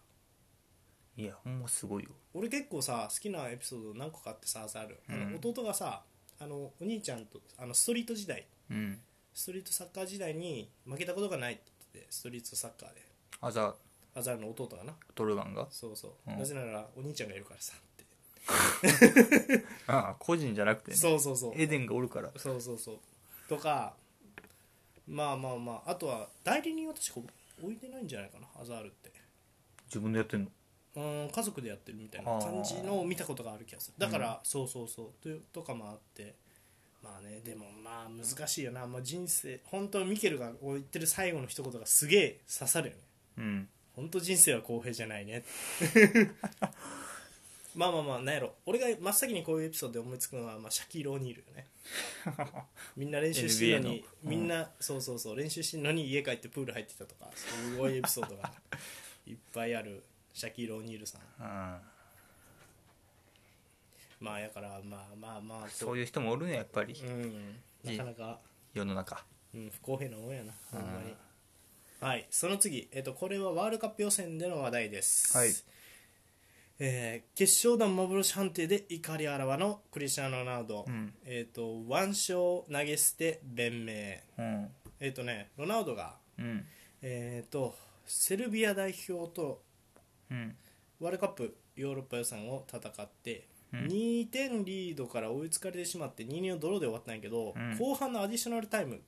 Speaker 2: いやほんますごいよ
Speaker 1: 俺結構さ好きなエピソード何個かあってさある、あ
Speaker 2: うん
Speaker 1: の弟がさあのお兄ちゃんとあのストリート時代
Speaker 2: うん
Speaker 1: ストリートサッカー時代に負けたことがないって言っててストリートサッカーで
Speaker 2: アザール
Speaker 1: アザールの弟がな
Speaker 2: トルガンが
Speaker 1: そうそう、
Speaker 2: うん
Speaker 1: なぜならお兄ちゃんがいるからさって、
Speaker 2: ああ個人じゃなくてね
Speaker 1: そうそうそう
Speaker 2: エデンがおるから
Speaker 1: そうそうそうとかまあまあまああとは代理人は確か置いてないんじゃないかなアザールって
Speaker 2: 自分でやってんの
Speaker 1: うん家族でやってるみたいな感じのを見たことがある気がするだから、そうそうそうというとかもあってまあねでもまあ難しいよな、まあ、人生本当ミケルが言ってる最後の一言がすげえ刺さるよね
Speaker 2: うん
Speaker 1: 本当人生は公平じゃない ねまあまあまあなんやろ俺が真っ先にこういうエピソードで思いつくのは、まあ、シャキーロ・オニールよねみんな練習してるのに
Speaker 2: NBA の
Speaker 1: みんな、そうそうそう練習してるのに家帰ってプール入ってたとかすごいエピソード がいっぱいあるシャキーロ・オニールさん
Speaker 2: うん
Speaker 1: まあやからまあまあまあ
Speaker 2: そうういう人もおるねやっぱり
Speaker 1: うんなかなか、
Speaker 2: 世の中
Speaker 1: うん、不公平なもんやなほんまにはいその次、えっと、これはワールドカップ予選での話題です
Speaker 2: はい
Speaker 1: えー決勝弾幻判定で怒りあらわのクリスチャーノ・ロナウド、
Speaker 2: うん
Speaker 1: えー、と腕章投げ捨て弁明
Speaker 2: うん
Speaker 1: えっ、とねロナウドが、
Speaker 2: うん
Speaker 1: えー、とセルビア代表と
Speaker 2: うん
Speaker 1: ワールドカップヨーロッパ予選を戦って、
Speaker 2: うん
Speaker 1: 2点リードから追いつかれてしまって2 2のドローで終わったんやけど、
Speaker 2: うん
Speaker 1: 後半のアディショナルタイム、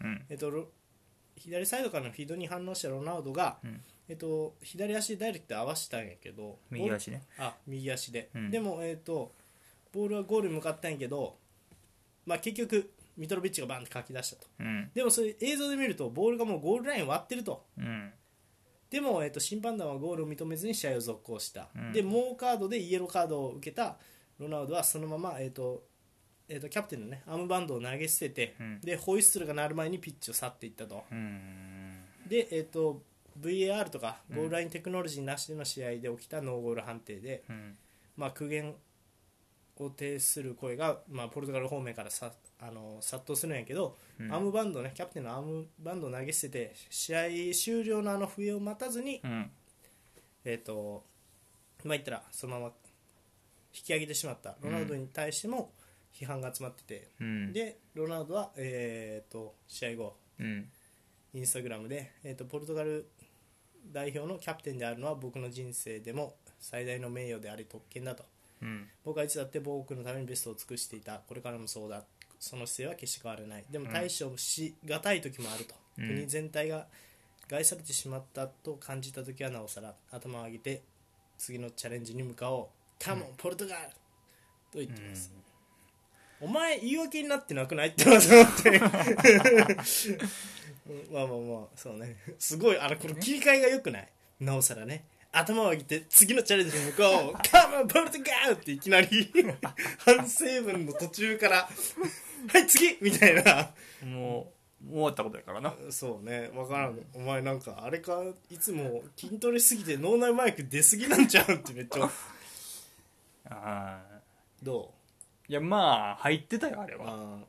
Speaker 2: うん
Speaker 1: えっとロ左サイドからのフィードに反応したロナウドが、
Speaker 2: うん
Speaker 1: えっと左足でダイレクトで合わせたんやけど
Speaker 2: 右足ね
Speaker 1: あ右足で、
Speaker 2: うん
Speaker 1: でも、えー、とボールはゴールに向かったんやけど、まあ、結局ミトロビッチがバンって書き出したと
Speaker 2: うん
Speaker 1: でもそれ映像で見るとボールがもうゴールライン割ってると
Speaker 2: うん
Speaker 1: でも、えー、と審判団はゴールを認めずに試合を続行した、
Speaker 2: うん
Speaker 1: で猛カードでイエローカードを受けたロナウドはそのまま、えーとえー、とキャプテンの、ね、アームバンドを投げ捨てて、
Speaker 2: うん
Speaker 1: でホイッスルが鳴る前にピッチを去っていったと
Speaker 2: うん
Speaker 1: で、えー、と VAR とかゴールラインテクノロジーなしでの試合で起きたノーゴール判定で、
Speaker 2: うん
Speaker 1: まあ、苦言を呈する声が、まあ、ポルトガル方面からさあの殺到するんやけど、
Speaker 2: うん
Speaker 1: アームバンドねキャプテンのアームバンドを投げ捨てて試合終了のあの笛を待たずに、
Speaker 2: うん
Speaker 1: えっ、とまあ言ったらそのまま引き上げてしまったロナウドに対しても批判が集まってて、
Speaker 2: うん
Speaker 1: でロナウドは、えー、と試合後
Speaker 2: うん
Speaker 1: インスタグラムで、えー、とポルトガル代表のキャプテンであるのは僕の人生でも最大の名誉であり特権だと、
Speaker 2: うんうん
Speaker 1: 僕はいつだって母国のためにベストを尽くしていたこれからもそうだその姿勢は決して変わらないでも対処しがたい時もあると、
Speaker 2: うん
Speaker 1: 国全体が害されてしまったと感じた時はなおさら頭を上げて次のチャレンジに向かおう「カモンポルトガル!」と言ってます、お前言い訳になってなくないって思ってうんまあまあまあそうね すごいあのこの切り替えが良くないなおさらね頭を上げて次のチャレンジに向かおう「カモンポルトガル!」っていきなり 反省文の途中から 「はい次!」みたいな
Speaker 2: もう終わったことやからな
Speaker 1: そうね分からんお前なんかあれかいつも筋トレしすぎて脳内マイク出すぎなんちゃうんってめっちゃ
Speaker 2: あー
Speaker 1: ど
Speaker 2: いやまあ入ってたよあれ
Speaker 1: う
Speaker 2: は
Speaker 1: あー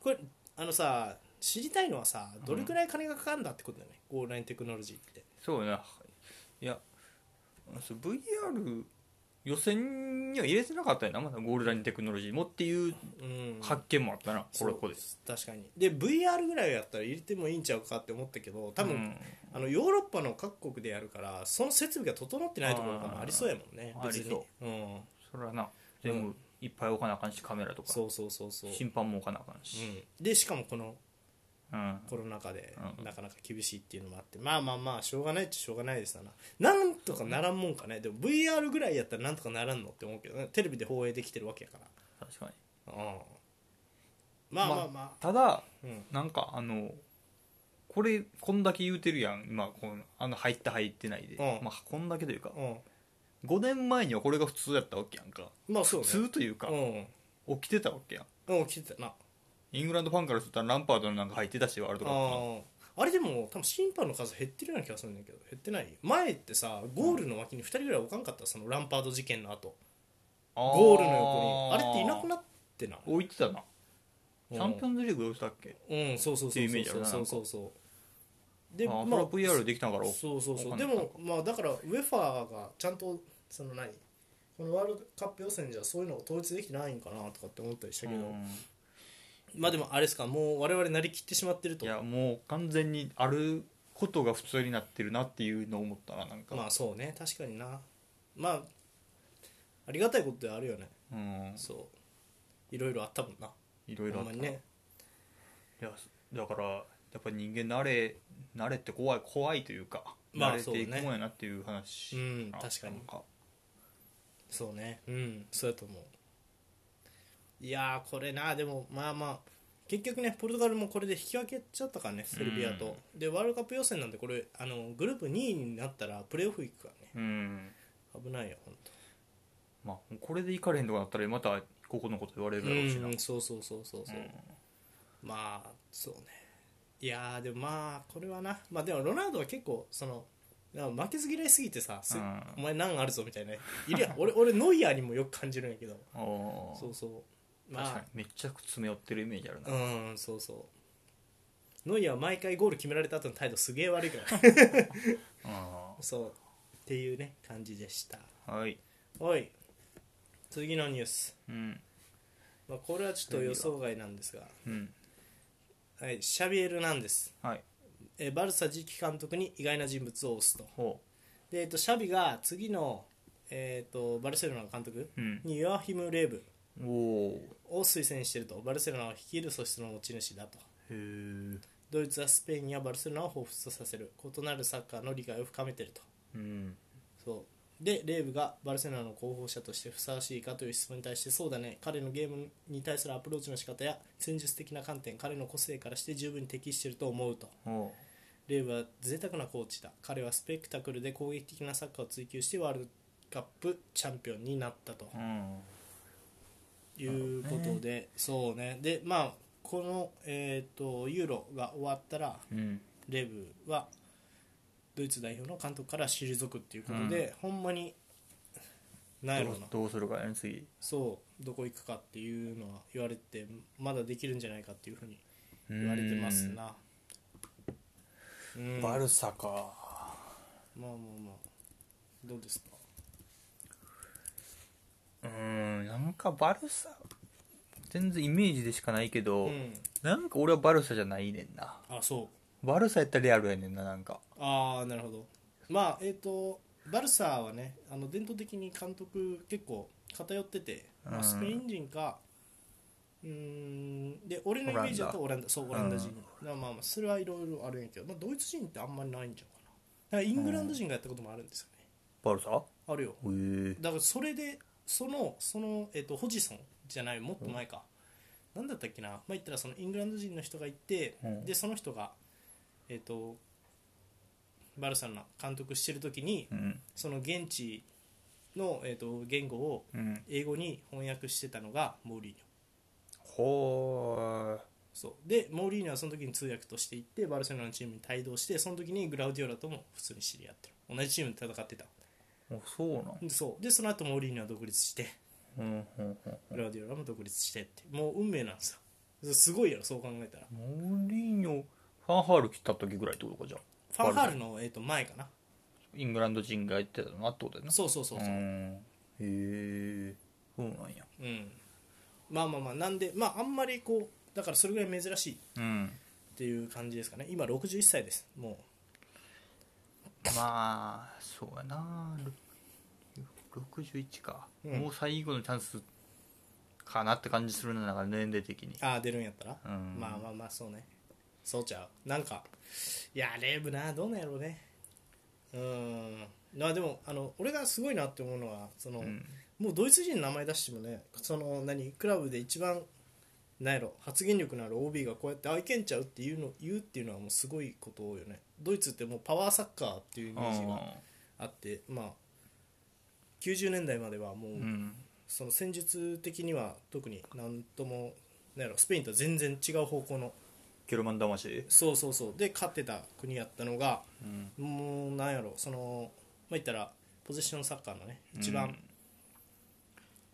Speaker 1: これあのさ知りたいのはさどれくらい金がかかるんだってことだよね、オンラインテクノロジーって
Speaker 2: そうやないやそう VR 予選には入れてなかったよなまだゴールラインテクノロジーもっていう
Speaker 1: うん
Speaker 2: 発見もあったな、こ
Speaker 1: そう
Speaker 2: れここで
Speaker 1: 確かにで VR ぐらいやったら入れてもいいんちゃうかって思ったけど多分、
Speaker 2: うん
Speaker 1: あのヨーロッパの各国でやるからその設備が整ってないところとかもありそうやもんね
Speaker 2: あー
Speaker 1: 別に、
Speaker 2: ありそう
Speaker 1: ん、
Speaker 2: それはな全
Speaker 1: う
Speaker 2: 部いっぱい置かなあかんしカメラとか
Speaker 1: そうそうそうそう、
Speaker 2: 審判も置かなあかんし、
Speaker 1: うん、でしかもこの
Speaker 2: うん
Speaker 1: コロナ禍で
Speaker 2: うん
Speaker 1: なかなか厳しいっていうのもあってまあまあまあしょうがないっちゃしょうがないですわななんとかならんもんかねでも VR ぐらいやったらなんとかならんのって思うけどねテレビで放映できてるわけやから
Speaker 2: 確かに
Speaker 1: うんまあまあま
Speaker 2: ただ
Speaker 1: あうん
Speaker 2: なんかあのこれこんだけ言うてるやん今このあの入った入ってないで、
Speaker 1: うん
Speaker 2: まあ、こんだけというか
Speaker 1: うん
Speaker 2: 5年前にはこれが普通やったわけやんか
Speaker 1: まあそう
Speaker 2: 普
Speaker 1: ね
Speaker 2: 通というか、
Speaker 1: う
Speaker 2: 起きてたわけやん
Speaker 1: んうん来てたな
Speaker 2: イングランドファンからするとランパードのなんか入ってたしワールドカップの
Speaker 1: ああれでも多分審判の数減ってるような気がするんだけど減ってない前ってさゴールの脇に2人ぐらい置かんかったそのランパード事件の後ゴールの横にあれっていなくなってない
Speaker 2: 置いてたな
Speaker 1: うん
Speaker 2: チャンピオンズリーグどうしたっけ
Speaker 1: うんそうそう
Speaker 2: って
Speaker 1: そ
Speaker 2: いううイメージあ
Speaker 1: そ
Speaker 2: る
Speaker 1: う
Speaker 2: な
Speaker 1: そうそうそうで
Speaker 2: あ
Speaker 1: ま
Speaker 2: ー
Speaker 1: あ
Speaker 2: これは VR できたんから
Speaker 1: そうそうそ
Speaker 2: わ
Speaker 1: うで
Speaker 2: かんない
Speaker 1: もまあだからウェファーがちゃんとその何このワールドカップ予選じゃそういうのが統一できてないんかなとかって思ったりしたけど、
Speaker 2: うん
Speaker 1: まあでもあれですかもう我々なりきってしまってる
Speaker 2: い
Speaker 1: と
Speaker 2: やもう完全にあることが普通になってるなっていうのを思ったななんか、
Speaker 1: まあそうね確かになまあありがたいことではあるよね
Speaker 2: うん
Speaker 1: そういろいろあったもんない
Speaker 2: ろいろ
Speaker 1: ほ
Speaker 2: あ
Speaker 1: ん
Speaker 2: っ
Speaker 1: ま
Speaker 2: た
Speaker 1: に
Speaker 2: な
Speaker 1: ね
Speaker 2: いやだからやっぱ人間慣れ慣れって怖い怖いというか、
Speaker 1: まあ
Speaker 2: 慣れていく
Speaker 1: そうね
Speaker 2: もんやなっていう話
Speaker 1: うん
Speaker 2: あ
Speaker 1: 確かに
Speaker 2: なん
Speaker 1: そうねうんそうやと思ういやーこれなでもまあまあ結局ねポルトガルもこれで引き分けちゃったからねセルビアと、でワールドカップ予選なんでこれあのグループ2位になったらプレーオフ行くからね
Speaker 2: うん
Speaker 1: 危ないよ本当。
Speaker 2: まあこれでいかれへんとかなったらまたここのこと言われるだろうしな
Speaker 1: うんそうそうそうそうそう、まあそうねいやーでもまあこれはなまあでもロナウドは結構そのなんか負けず嫌いすぎてさ、す
Speaker 2: うん
Speaker 1: お前何あるぞみたいないるやん俺俺ノイヤーにもよく感じるんやけど
Speaker 2: ああ
Speaker 1: そうそうまあ
Speaker 2: 確かにめっちゃ詰め寄ってるイメージあるな、
Speaker 1: うんそうそうノイアーは毎回ゴール決められた後の態度すげえ悪いから
Speaker 2: う
Speaker 1: そうっていうね感じでした
Speaker 2: んはい、
Speaker 1: おい次のニュース、
Speaker 2: うん
Speaker 1: まあ、これはちょっと予想外なんですが、
Speaker 2: うん
Speaker 1: はい、シャビエルなんです
Speaker 2: はい
Speaker 1: えーバルサ次期監督に意外な人物を推すと
Speaker 2: ほ
Speaker 1: で、えっと、シャビが次の、えっとバルセロナの監督
Speaker 2: う、うん、
Speaker 1: にヨアヒム・レーブ
Speaker 2: おお
Speaker 1: を推薦しているとバルセロナを率いる素質の持ち主だと
Speaker 2: へえ
Speaker 1: ドイツはスペインやバルセロナを彷彿とさせる異なるサッカーの理解を深めてると
Speaker 2: うん
Speaker 1: そうでレーブがバルセロナの候補者としてふさわしいかという質問に対してそうだね彼のゲームに対するアプローチの仕方や戦術的な観点彼の個性からして十分に適していると思うと
Speaker 2: おう
Speaker 1: レーブは贅沢なコーチだ彼はスペクタクルで攻撃的なサッカーを追求してワールドカップチャンピオンになったと
Speaker 2: うん
Speaker 1: いうことで、そうねでまあこの、えー、とユーロが終わったら
Speaker 2: うん
Speaker 1: レブはドイツ代表の監督から退くっていうことで、ほんまになんや
Speaker 2: ど
Speaker 1: ろう
Speaker 2: う
Speaker 1: な
Speaker 2: どうするかやね次
Speaker 1: そうどこ行くかっていうのは言われてまだできるんじゃないかっていうふうに
Speaker 2: 言
Speaker 1: 言われてますなうんまあ
Speaker 2: ルサか
Speaker 1: まあまあどうですか
Speaker 2: うーんなんかバルサ全然イメージでしかないけど、
Speaker 1: うん
Speaker 2: なんか俺はバルサじゃないねんな
Speaker 1: あそう
Speaker 2: バルサやったらレアルやねんななんか
Speaker 1: ああなるほどまあえっ、とバルサはねあの伝統的に監督結構偏ってて、ま
Speaker 2: う
Speaker 1: あ、
Speaker 2: ん
Speaker 1: スペイン人かうーんで俺のイメージだとオランダそうオランダ人、
Speaker 2: うん
Speaker 1: だからまあまあそれはいろいろあるんやけど、まあ、ドイツ人ってあんまりないんちゃうかなだからイングランド人がやったこともあるんですよね、
Speaker 2: バルサへ
Speaker 1: あるよ
Speaker 2: え
Speaker 1: だからそれでそのその、えっとホジソンじゃないもっと前か、なんだったっけな、まあ、言ったらそのイングランド人の人がいて、
Speaker 2: うん
Speaker 1: でその人が、えっとバルサの監督してる時に、
Speaker 2: うん
Speaker 1: その現地の、えっと言語を
Speaker 2: うん
Speaker 1: 英語に翻訳してたのがモーリーニョ
Speaker 2: ほ
Speaker 1: そうでモーリーニョはその時に通訳として行ってバルセロナのチームに帯同してその時にグラウディオラとも普通に知り合ってる同じチームで戦ってた
Speaker 2: ーあそうなん
Speaker 1: でそうでその後モーリーニョは独立して
Speaker 2: うんうんうん
Speaker 1: グラウディオラも独立してってもう運命なんですよすごいやろそう考えたら
Speaker 2: モーリーニョファンハール来た時ぐらいってことかじゃあ
Speaker 1: ファンハールの、えっと前かな
Speaker 2: イングランド人がやってたなってことだよな
Speaker 1: そうそうそうそうう、
Speaker 2: んへえそうなんや
Speaker 1: うん、まあまあまあなんでまああんまりこうだからそれぐらい珍しいっ
Speaker 2: うん
Speaker 1: ていう感じですかね今61歳ですも
Speaker 2: まあそうやなろ61か、
Speaker 1: うん
Speaker 2: もう最後のチャンスかなって感じするななんか年齢的に
Speaker 1: うああ出るんやったら、
Speaker 2: うん
Speaker 1: まあまあまあそうねそうちゃうなんかいやレイブなどうなんやろうねうんまあでもあの俺がすごいなって思うのはその、
Speaker 2: うん
Speaker 1: もうドイツ人の名前出してもねその何クラブで一番なんやろ発言力のある OB がこうやって「あいけんちゃう」っていうの言うっていうのはもうすごいことよねドイツってもうパワーサッカーっていうイメージがあってまあ90年代まではもう、
Speaker 2: うん
Speaker 1: その戦術的には特になんともなんやろスペインとは全然違う方向の
Speaker 2: ケルマン魂
Speaker 1: そうそうそうで勝ってた国やったのが
Speaker 2: うん
Speaker 1: もうなんやろそのまあ言ったらポゼッションサッカーのね一番、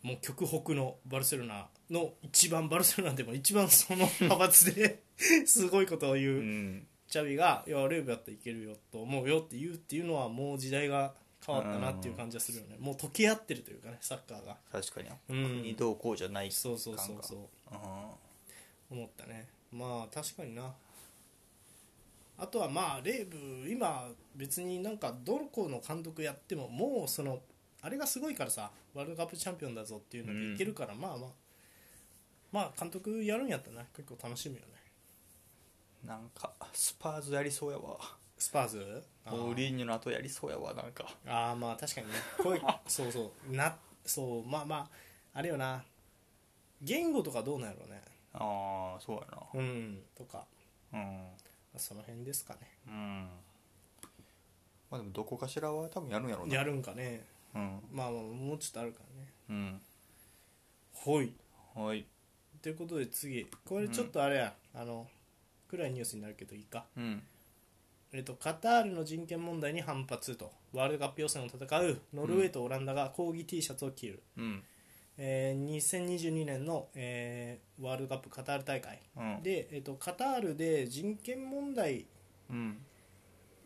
Speaker 1: もう極北のバルセロナの一番バルセロナでも一番その派閥で すごいことを
Speaker 2: う
Speaker 1: 言うんチャビが「いやレーブやったらいけるよ」と思うよって言うっていうのはもう時代が変わったなっていう感じがするよねもう溶け合ってるというかねサッカーが
Speaker 2: 確かに、
Speaker 1: うん
Speaker 2: 国どうこうじゃない
Speaker 1: そうそうそうそう
Speaker 2: あ
Speaker 1: 思ったねまあ確かになあとはまあレーブ今別になんかどこの監督やってももうそのあれがすごいからさワールドカップチャンピオンだぞっていうのでいけるから、まあまあまあ監督やるんやったらな結構楽しみよね
Speaker 2: なんかスパーズやりそうやわ
Speaker 1: スパーズあー
Speaker 2: モーリーニョの後やりそうやわなんか
Speaker 1: あーまあ確かにね 声そうそうなそうまあまああれよな言語とかどうなんやろうね
Speaker 2: ああそうやな
Speaker 1: うんとか
Speaker 2: うん
Speaker 1: その辺ですかね
Speaker 2: うんまあでもどこかしらは多分やるんやろうな
Speaker 1: やるんかね
Speaker 2: うん
Speaker 1: まあまあもうちょっとあるからね
Speaker 2: うん
Speaker 1: はい
Speaker 2: はい
Speaker 1: ということで次これちょっとあれや、あの暗いニュースになるけどいいか
Speaker 2: うん
Speaker 1: えっと、カタールの人権問題に反発とワールドカップ予選を戦うノルウェーとオランダが抗議 T シャツを着る、
Speaker 2: うん
Speaker 1: えー2022年の、えーワールドカップカタール大会
Speaker 2: うん
Speaker 1: で、えっと、カタールで人権問題
Speaker 2: うん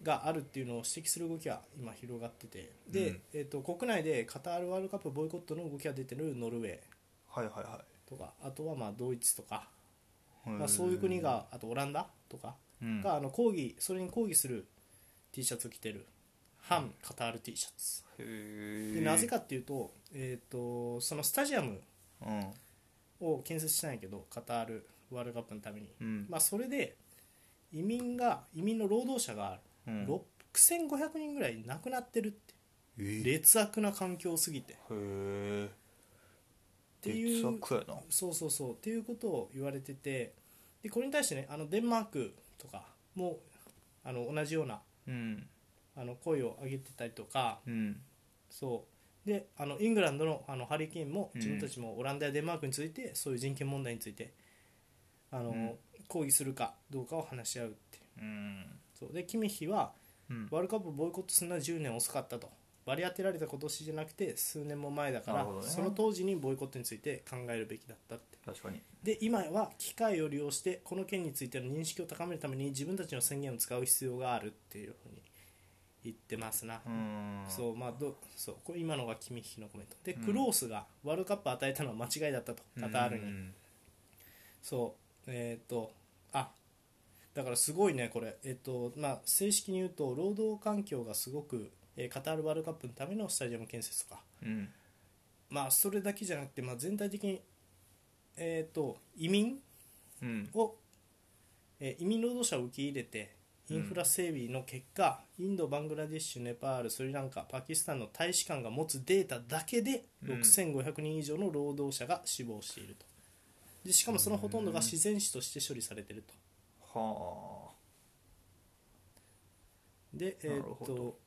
Speaker 1: があるっていうのを指摘する動きが今広がっててで、
Speaker 2: うん
Speaker 1: えっと、国内でカタールワールドカップボイコットの動きが出てるノルウェー
Speaker 2: はいはいは
Speaker 1: とかあとはまあドイツとか、
Speaker 2: い
Speaker 1: まあ、そういう国があとオランダとか
Speaker 2: うん
Speaker 1: があの抗議それに抗議する T シャツを着てる反カタール T シャツ
Speaker 2: へ
Speaker 1: で
Speaker 2: ー
Speaker 1: なぜかっていうと,、えー、とそのスタジアム
Speaker 2: うん
Speaker 1: を建設したんやけどカタールワールドカップのために、
Speaker 2: うん
Speaker 1: まあ、それで移民が移民の労働者が
Speaker 2: うん
Speaker 1: 6500人ぐらい亡くなってるって
Speaker 2: えーへ
Speaker 1: 劣悪な環境すぎてっ
Speaker 2: え
Speaker 1: ていう
Speaker 2: 劣悪やな
Speaker 1: そうそうそうっていうことを言われててでこれに対してねあのデンマークとかもあの同じような
Speaker 2: うん
Speaker 1: あの声を上げてたりとか
Speaker 2: うん
Speaker 1: そうであのイングランドのあのハリケーンも
Speaker 2: うん
Speaker 1: 自分たちもオランダやデンマークについてそういう人権問題についてあの、
Speaker 2: うん
Speaker 1: 抗議するかどうかを話し合うっていう
Speaker 2: うん
Speaker 1: そうでキミッヒは
Speaker 2: うん
Speaker 1: ワールドカップをボイコットするのは10年遅かったと割り当てられた今年じゃなくて数年も前だか
Speaker 2: な
Speaker 1: ら、
Speaker 2: るほどね
Speaker 1: その当時にボイコットについて考えるべきだったって
Speaker 2: 確かに
Speaker 1: で今は機会を利用してこの件についての認識を高めるために自分たちの宣言を使う必要があるっていうふうに言ってますな、
Speaker 2: うん
Speaker 1: そうまあどそうこれ今のがキミッヒのコメントで、
Speaker 2: うん
Speaker 1: クロースがワールドカップ与えたのは間違いだったとカタールに、
Speaker 2: うん
Speaker 1: そうえっ、とあだからすごいねこれえっ、とまあ正式に言うと労働環境がすごく、えーカタールワールドカップのためのスタジアム建設とか、
Speaker 2: うん
Speaker 1: まあ、それだけじゃなくて、まあ、全体的に、えー、と移民
Speaker 2: うん
Speaker 1: を、えー移民労働者を受け入れてインフラ整備の結果、インド、バングラディッシュ、ネパール、スリランカ、パキスタンの大使館が持つデータだけで
Speaker 2: うん
Speaker 1: 6500人以上の労働者が死亡しているとでしかもそのほとんどが自然死として処理されていると
Speaker 2: は
Speaker 1: で、え
Speaker 2: な
Speaker 1: ー
Speaker 2: る
Speaker 1: っ
Speaker 2: ほど
Speaker 1: と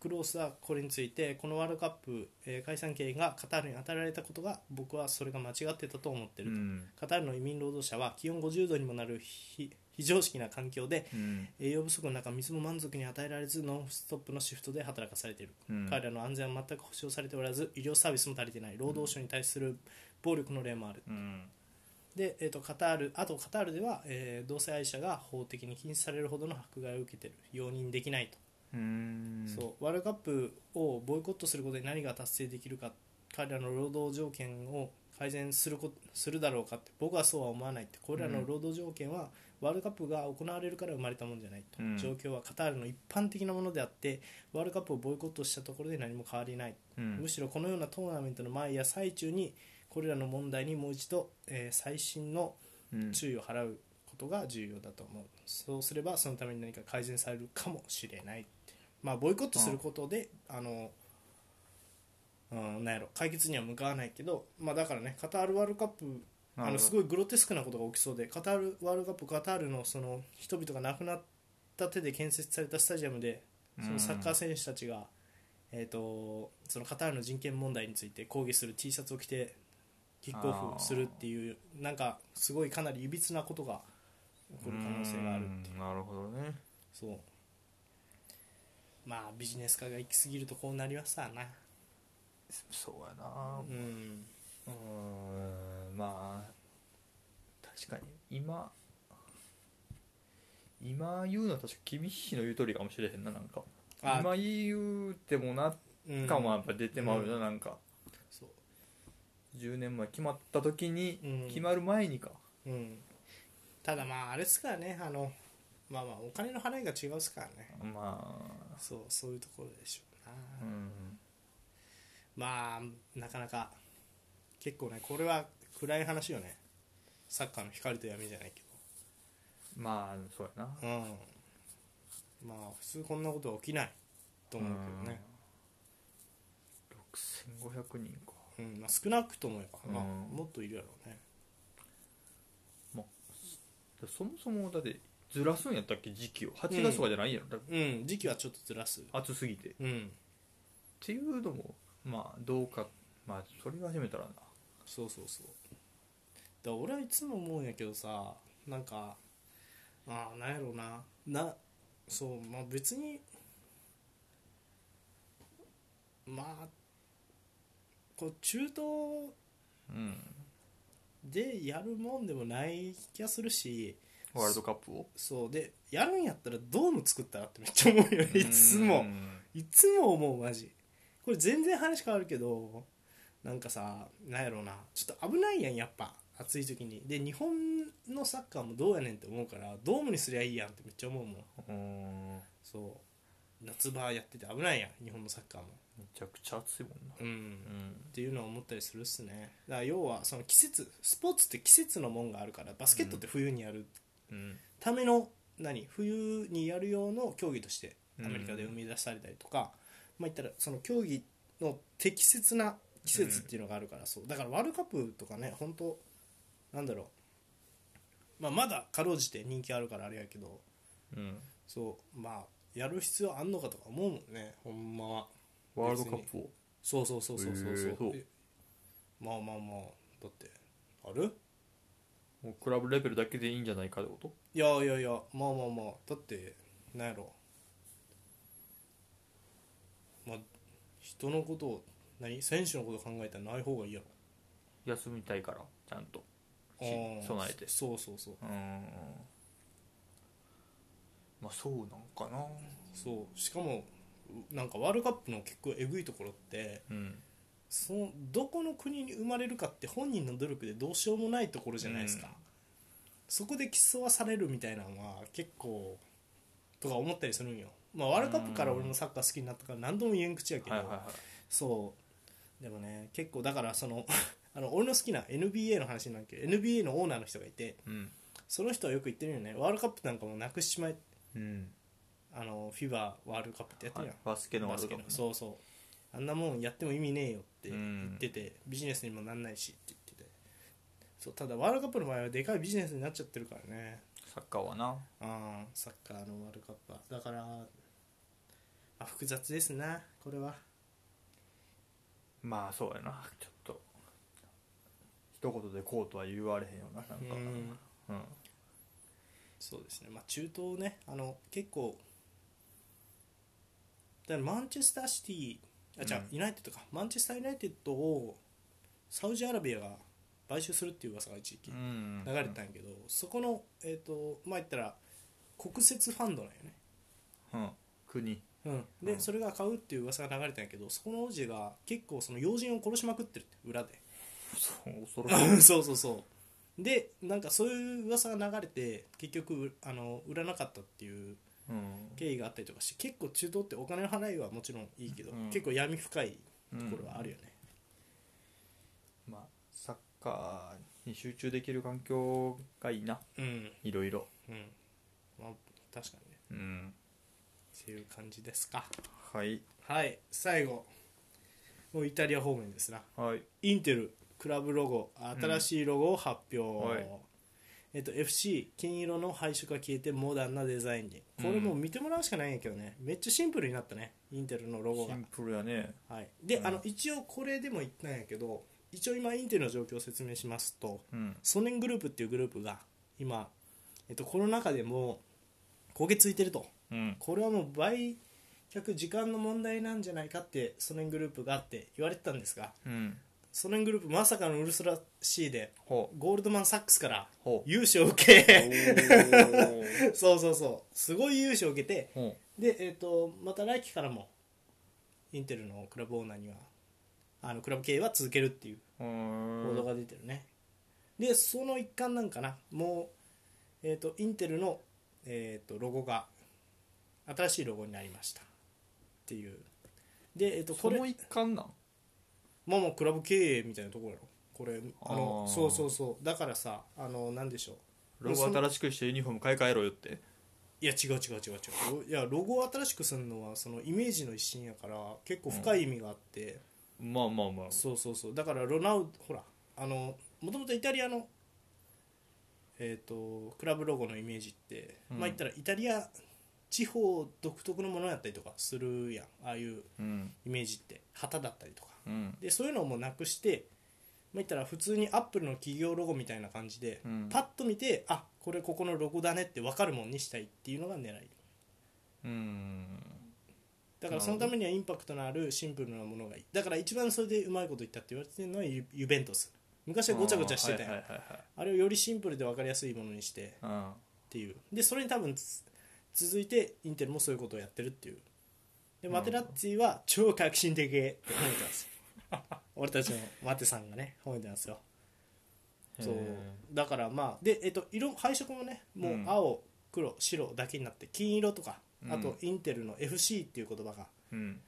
Speaker 1: クロースはこれについてこのワールドカップ、えー、解散権がカタールに与えられたことが僕はそれが間違ってたと思って
Speaker 2: あ
Speaker 1: る
Speaker 2: う
Speaker 1: と、
Speaker 2: ん
Speaker 1: カタールの移民労働者は気温50度にもなる非非常識な環境で
Speaker 2: うん
Speaker 1: 栄養不足の中水も満足に与えられずノンストップのシフトで働かされている、
Speaker 2: うん
Speaker 1: 彼らの安全は全く保障されておらず医療サービスも足りてない労働者に対する暴力の例もある、
Speaker 2: うん
Speaker 1: で、えー、とカタールあとカタールでは、えー同性愛者が法的に禁止されるほどの迫害を受けている容認できないと
Speaker 2: うん
Speaker 1: そうワールドカップをボイコットすることで何が達成できるか彼らの労働条件を改善することするだろうかって僕はそうは思わないってこれらの労働条件はワールドカップが行われるから生まれたもんじゃないと、
Speaker 2: うん
Speaker 1: 状況はカタールの一般的なものであってワールドカップをボイコットしたところで何も変わりない、
Speaker 2: うん
Speaker 1: むしろこのようなトーナメントの前や最中にこれらの問題にもう一度、えー最新の
Speaker 2: うん
Speaker 1: 注意を払うことが重要だと思う、そうすればそのために何か改善されるかもしれないってまあボイコットすることで、あのうん、なんやろ解決には向かわないけど、まあ、だからねカタールワールドカップあ
Speaker 2: なるほ
Speaker 1: の
Speaker 2: ど
Speaker 1: すごいグロテスクなことが起きそうでカタールワールドカップカタールのその人々が亡くなった手で建設されたスタジアムでそのサッカー選手たちが、えー、とそのカタールの人権問題について抗議する T シャツを着てキックオフするっていうなんかすごいかなりいびつなことが起こる可能性があるっていう
Speaker 2: うんなるほどね
Speaker 1: そうまあビジネス化が行き過ぎるとこうなりますわな
Speaker 2: そうやな
Speaker 1: うん
Speaker 2: うーんまあ確かに今今言うのは確か厳しいの言う通りかもしれへんななんか
Speaker 1: あ
Speaker 2: 今言うてもな
Speaker 1: うん
Speaker 2: 感はやっぱ出てまうよな、
Speaker 1: う
Speaker 2: なんか
Speaker 1: そ
Speaker 2: 10年前決まった時に、
Speaker 1: うん
Speaker 2: 決まる前にか
Speaker 1: う、うん、ただまああれっすからねあのまあまあお金の払いが違うっすからね
Speaker 2: まあ
Speaker 1: そうそういうところでしょうな、
Speaker 2: うん
Speaker 1: まあなかなか結構ねこれは暗い話よねサッカーの光と闇じゃないけ
Speaker 2: まあそうやな
Speaker 1: どうんまあ普通こんなことは起きないと思うけどね、
Speaker 2: うん6500人か
Speaker 1: うんまあ、少なくともやからな、
Speaker 2: うん
Speaker 1: もっといるやろうね
Speaker 2: そもそもだってずらすんやったっけ時期を8月とかじゃないんやろ、だ
Speaker 1: うん時期はちょっとずらす
Speaker 2: 暑すぎて
Speaker 1: うん
Speaker 2: っていうのもまあどうかまあそれが始めたらな
Speaker 1: そうそうそうだから俺はいつも思うんやけどさなんかああなんやろうななそうまあ別にまあこう中東
Speaker 2: うん
Speaker 1: でやるもんでもない気がするし
Speaker 2: ワールドカップを
Speaker 1: そうでやるんやったらドーム作ったらってめっちゃ思うよね いつも。
Speaker 2: うん
Speaker 1: いつも思うマジこれ全然話変わるけどなんかさなんやろうなちょっと危ないやんやっぱ暑い時にで日本のサッカーもどうやねんって思うからドームにすりゃいいやんってめっちゃ思うもん
Speaker 2: うん
Speaker 1: そう夏場やってて危ないやん日本のサッカーも
Speaker 2: めちゃくちゃ暑いもんな
Speaker 1: うん、
Speaker 2: うん
Speaker 1: っていうのは思ったりするっすねだから要はその季節スポーツって季節のもんがあるからバスケットって冬にやる
Speaker 2: うん
Speaker 1: ための何冬にやる用の競技としてアメリカで
Speaker 2: うん
Speaker 1: 生み出されたりとか、まあ言ったらその競技の適切な季節っていうのがあるから、そうだからワールドカップとかね本当なんだろう、まあ、まだかろうじて人気あるからあれやけど
Speaker 2: うん
Speaker 1: そうまあやる必要あんのかとか思うもんねほんまは
Speaker 2: ワールドカップを
Speaker 1: そうそうそうそうそうそう,え、
Speaker 2: へえそう
Speaker 1: まあまあまあだってある
Speaker 2: もうクラブレベルだけでいいんじゃないかってこと
Speaker 1: いやいやいやまあまあまあだってなんやろまあ人のことを何選手のこと考えたらない方がいいやろ
Speaker 2: 休みたいからちゃんとし
Speaker 1: あー
Speaker 2: 備えて
Speaker 1: そうそうそう
Speaker 2: うんまあそうなんかな
Speaker 1: そうしかもうなんかワールドカップの結構えぐいところって
Speaker 2: うん
Speaker 1: そのどこの国に生まれるかって本人の努力でどうしようもないところじゃないですか、
Speaker 2: うん
Speaker 1: そこで競わされるみたいなのは結構とか思ったりするんよまあワールドカップから俺もサッカー好きになったから何度も言えん口やけど、
Speaker 2: はいはいは
Speaker 1: そうでもね結構だからその あの俺の好きな NBA の話なんだけど NBA のオーナーの人がいて
Speaker 2: うん
Speaker 1: その人はよく言ってるよねワールドカップなんかもなくしちまえ
Speaker 2: うん
Speaker 1: あの FIBA ワールドカップってやってるやん、
Speaker 2: バスケの
Speaker 1: バ
Speaker 2: ワー
Speaker 1: ス
Speaker 2: ル
Speaker 1: ケ
Speaker 2: ド
Speaker 1: の
Speaker 2: カップ
Speaker 1: そうそうあんなもんやっても意味ねえよって
Speaker 2: う
Speaker 1: 言
Speaker 2: ん
Speaker 1: ってて、ビジネスにもなんないしって言っててそうただワールドカップの場合はでかいビジネスになっちゃってるからね
Speaker 2: サッカーはな
Speaker 1: あーサッカーのワールドカップはだからあ複雑ですなこれは
Speaker 2: まあそうやなちょっと一言でこうとは言われへんよななんか
Speaker 1: うん
Speaker 2: うん
Speaker 1: そうですね、まあ、中東ねあの結構だからマンチェスターシティあじゃあ、
Speaker 2: う
Speaker 1: ユナイテッドかマンチェスターユナイテッドをサウジアラビアが買収するっていう噂が一時期
Speaker 2: うん
Speaker 1: 流れてたんやけど、そこのえっ、とまあ言ったら国設ファンドなんよね、
Speaker 2: うん国
Speaker 1: で、
Speaker 2: うん
Speaker 1: それが買うっていう噂が流れてたんやけどそこの王子が結構その要人を殺しまくってるって裏で
Speaker 2: そう恐ろし い
Speaker 1: そうそうそうでなんかそういう噂が流れて結局あの売らなかったっていう
Speaker 2: うん
Speaker 1: 経緯があったりとかして結構中東ってお金の払いはもちろんいいけど、
Speaker 2: うん
Speaker 1: 結構闇深いところはあるよね、
Speaker 2: まあサッカーに集中できる環境がいいな
Speaker 1: うん
Speaker 2: いろいろ
Speaker 1: うん、まあ確かにね
Speaker 2: うん
Speaker 1: っていう感じですか
Speaker 2: はい
Speaker 1: はい最後もうイタリア方面ですな
Speaker 2: はい
Speaker 1: インテルクラブロゴ新しいロゴを発表、
Speaker 2: はい
Speaker 1: えっと、FC 金色の配色が消えてモダンなデザインにこれもう見てもらうしかないんやけどねめっちゃシンプルになったねインテルのロゴ
Speaker 2: シ
Speaker 1: が
Speaker 2: ンプルやね
Speaker 1: はい、で、
Speaker 2: うん
Speaker 1: あの一応これでも言ったんやけど一応今インテルの状況を説明しますと
Speaker 2: うん
Speaker 1: ソネングループっていうグループが今、えっと、コロナ禍でも焦げついてると
Speaker 2: うん
Speaker 1: これはもう売却時間の問題なんじゃないかってソネングループがあって言われてたんですが
Speaker 2: うん
Speaker 1: ソネングループまさかのウルスラ C で
Speaker 2: ほう
Speaker 1: ゴールドマン・サックスから
Speaker 2: ほう
Speaker 1: 融資を受け
Speaker 2: お ー
Speaker 1: そうそうそうすごい融資を受けて
Speaker 2: ほ
Speaker 1: で、えー、とまた来期からもインテルのクラブオーナーにはあのクラブ経営は続けるっていう
Speaker 2: うう
Speaker 1: 報道
Speaker 2: ーん
Speaker 1: が出てるね、でその一環なんかなもう、えー、とインテルの、えー、とロゴが新しいロゴになりましたっていうで、えー、とこ
Speaker 2: そ
Speaker 1: れ
Speaker 2: の一環なん
Speaker 1: まあまあクラブ経営みたいなところやろこれあの
Speaker 2: あー
Speaker 1: そうそうそうだからさあのなんでしょう
Speaker 2: ロゴ新しくしてユニフォーム買い替えろよって
Speaker 1: いや違う違う違う違ういやロゴを新しくするのはそのイメージの一心やから結構深い意味があって、
Speaker 2: まあまあまあ
Speaker 1: そうそうそうだからロナウドほらあのもともとイタリアのえっ、とクラブロゴのイメージって、
Speaker 2: うん
Speaker 1: まあ言ったらイタリア地方独特のものやったりとかするやんああいう
Speaker 2: うん
Speaker 1: イメージって旗だったりとか
Speaker 2: うん
Speaker 1: でそういうのをもうなくして、まあ、言ったら普通にアップルの企業ロゴみたいな感じで、
Speaker 2: うん
Speaker 1: パッと見てあこれここのロゴだねって分かるもんにしたいっていうのが狙い
Speaker 2: うん
Speaker 1: だからそのためにはインパクトのあるシンプルなものがいいだから一番それでうまいこと言ったって言われてるのはユユベントス昔はごちゃごちゃしてたやん
Speaker 2: はいはいはい
Speaker 1: あれをよりシンプルで分かりやすいものにしてっ
Speaker 2: はい
Speaker 1: ていうでそれに多分つ続いてインテルもそういうことをやってるっていうでマテラッツィは超革新的って褒めてます よ俺たちのマテさんがね褒めてますよ
Speaker 2: うん
Speaker 1: そう
Speaker 2: へー
Speaker 1: だからまあで、えっと、色配色もねもう
Speaker 2: うん
Speaker 1: 青、黒白だけになって金色とか
Speaker 2: うん
Speaker 1: あとインテルの FC っていう言葉が
Speaker 2: うん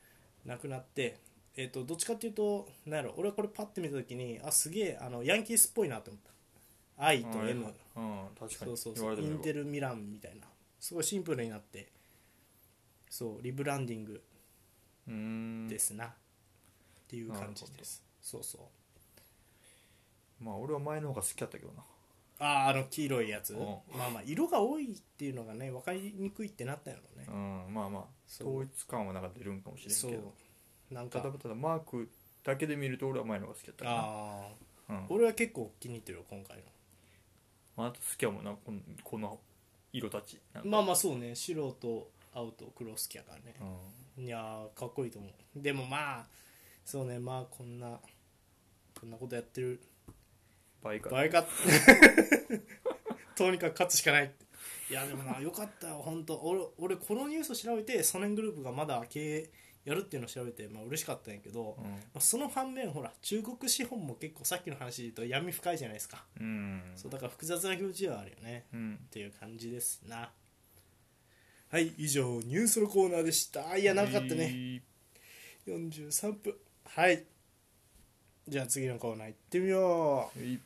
Speaker 1: なくなって、えっと、どっちかっていうとなんやろ俺はこれパッて見た時にあすげえあのヤンキースっぽいなって思った I と M
Speaker 2: うん確か
Speaker 1: そ
Speaker 2: に
Speaker 1: うそう
Speaker 2: 言
Speaker 1: そ
Speaker 2: わ
Speaker 1: う
Speaker 2: れて
Speaker 1: イ
Speaker 2: みれ
Speaker 1: ン
Speaker 2: ば
Speaker 1: テルミランみたいなすごいシンプルになってそうリブランディング
Speaker 2: うーん
Speaker 1: ですな、っていう感じですそうそう
Speaker 2: まあ俺は前の方が好きだったけどな
Speaker 1: あああの黄色いやつ
Speaker 2: うん
Speaker 1: まあまあ色が多いっていうのがね分かりにくいってなったんやろうね
Speaker 2: うんまあまあ
Speaker 1: そう
Speaker 2: 統一感はなんか出るんかもしれん
Speaker 1: そ
Speaker 2: けど
Speaker 1: うなん
Speaker 2: た
Speaker 1: か
Speaker 2: だただマークだけで見ると俺は前の方が好きだったかな
Speaker 1: ああ
Speaker 2: うん
Speaker 1: 俺は結構気に入ってるよ今回の
Speaker 2: まああと好きやもんなこのこの色たちなんか
Speaker 1: まあまあそうね白と青と黒好きやからねいやーかっこいいと思うでもまあそうねまあこんなこんなことやってる
Speaker 2: 倍か
Speaker 1: バイカ とにかく勝つしかないっていやでもなよかったよ本当俺俺このニュースを調べてソネングループがまだ経営やるっていうのを調べてまあ嬉しかったんやけど、ま
Speaker 2: う
Speaker 1: あその反面ほら中国資本も結構さっきの話で言うと闇深いじゃないですか、
Speaker 2: んうん
Speaker 1: そうだから複雑な気持ちはあるよね
Speaker 2: うん
Speaker 1: っていう感じですなはい以上ニュースのコーナーでしたいや長かったね
Speaker 2: いい
Speaker 1: 43分はいじゃあ次のコーナー行ってみよう
Speaker 2: い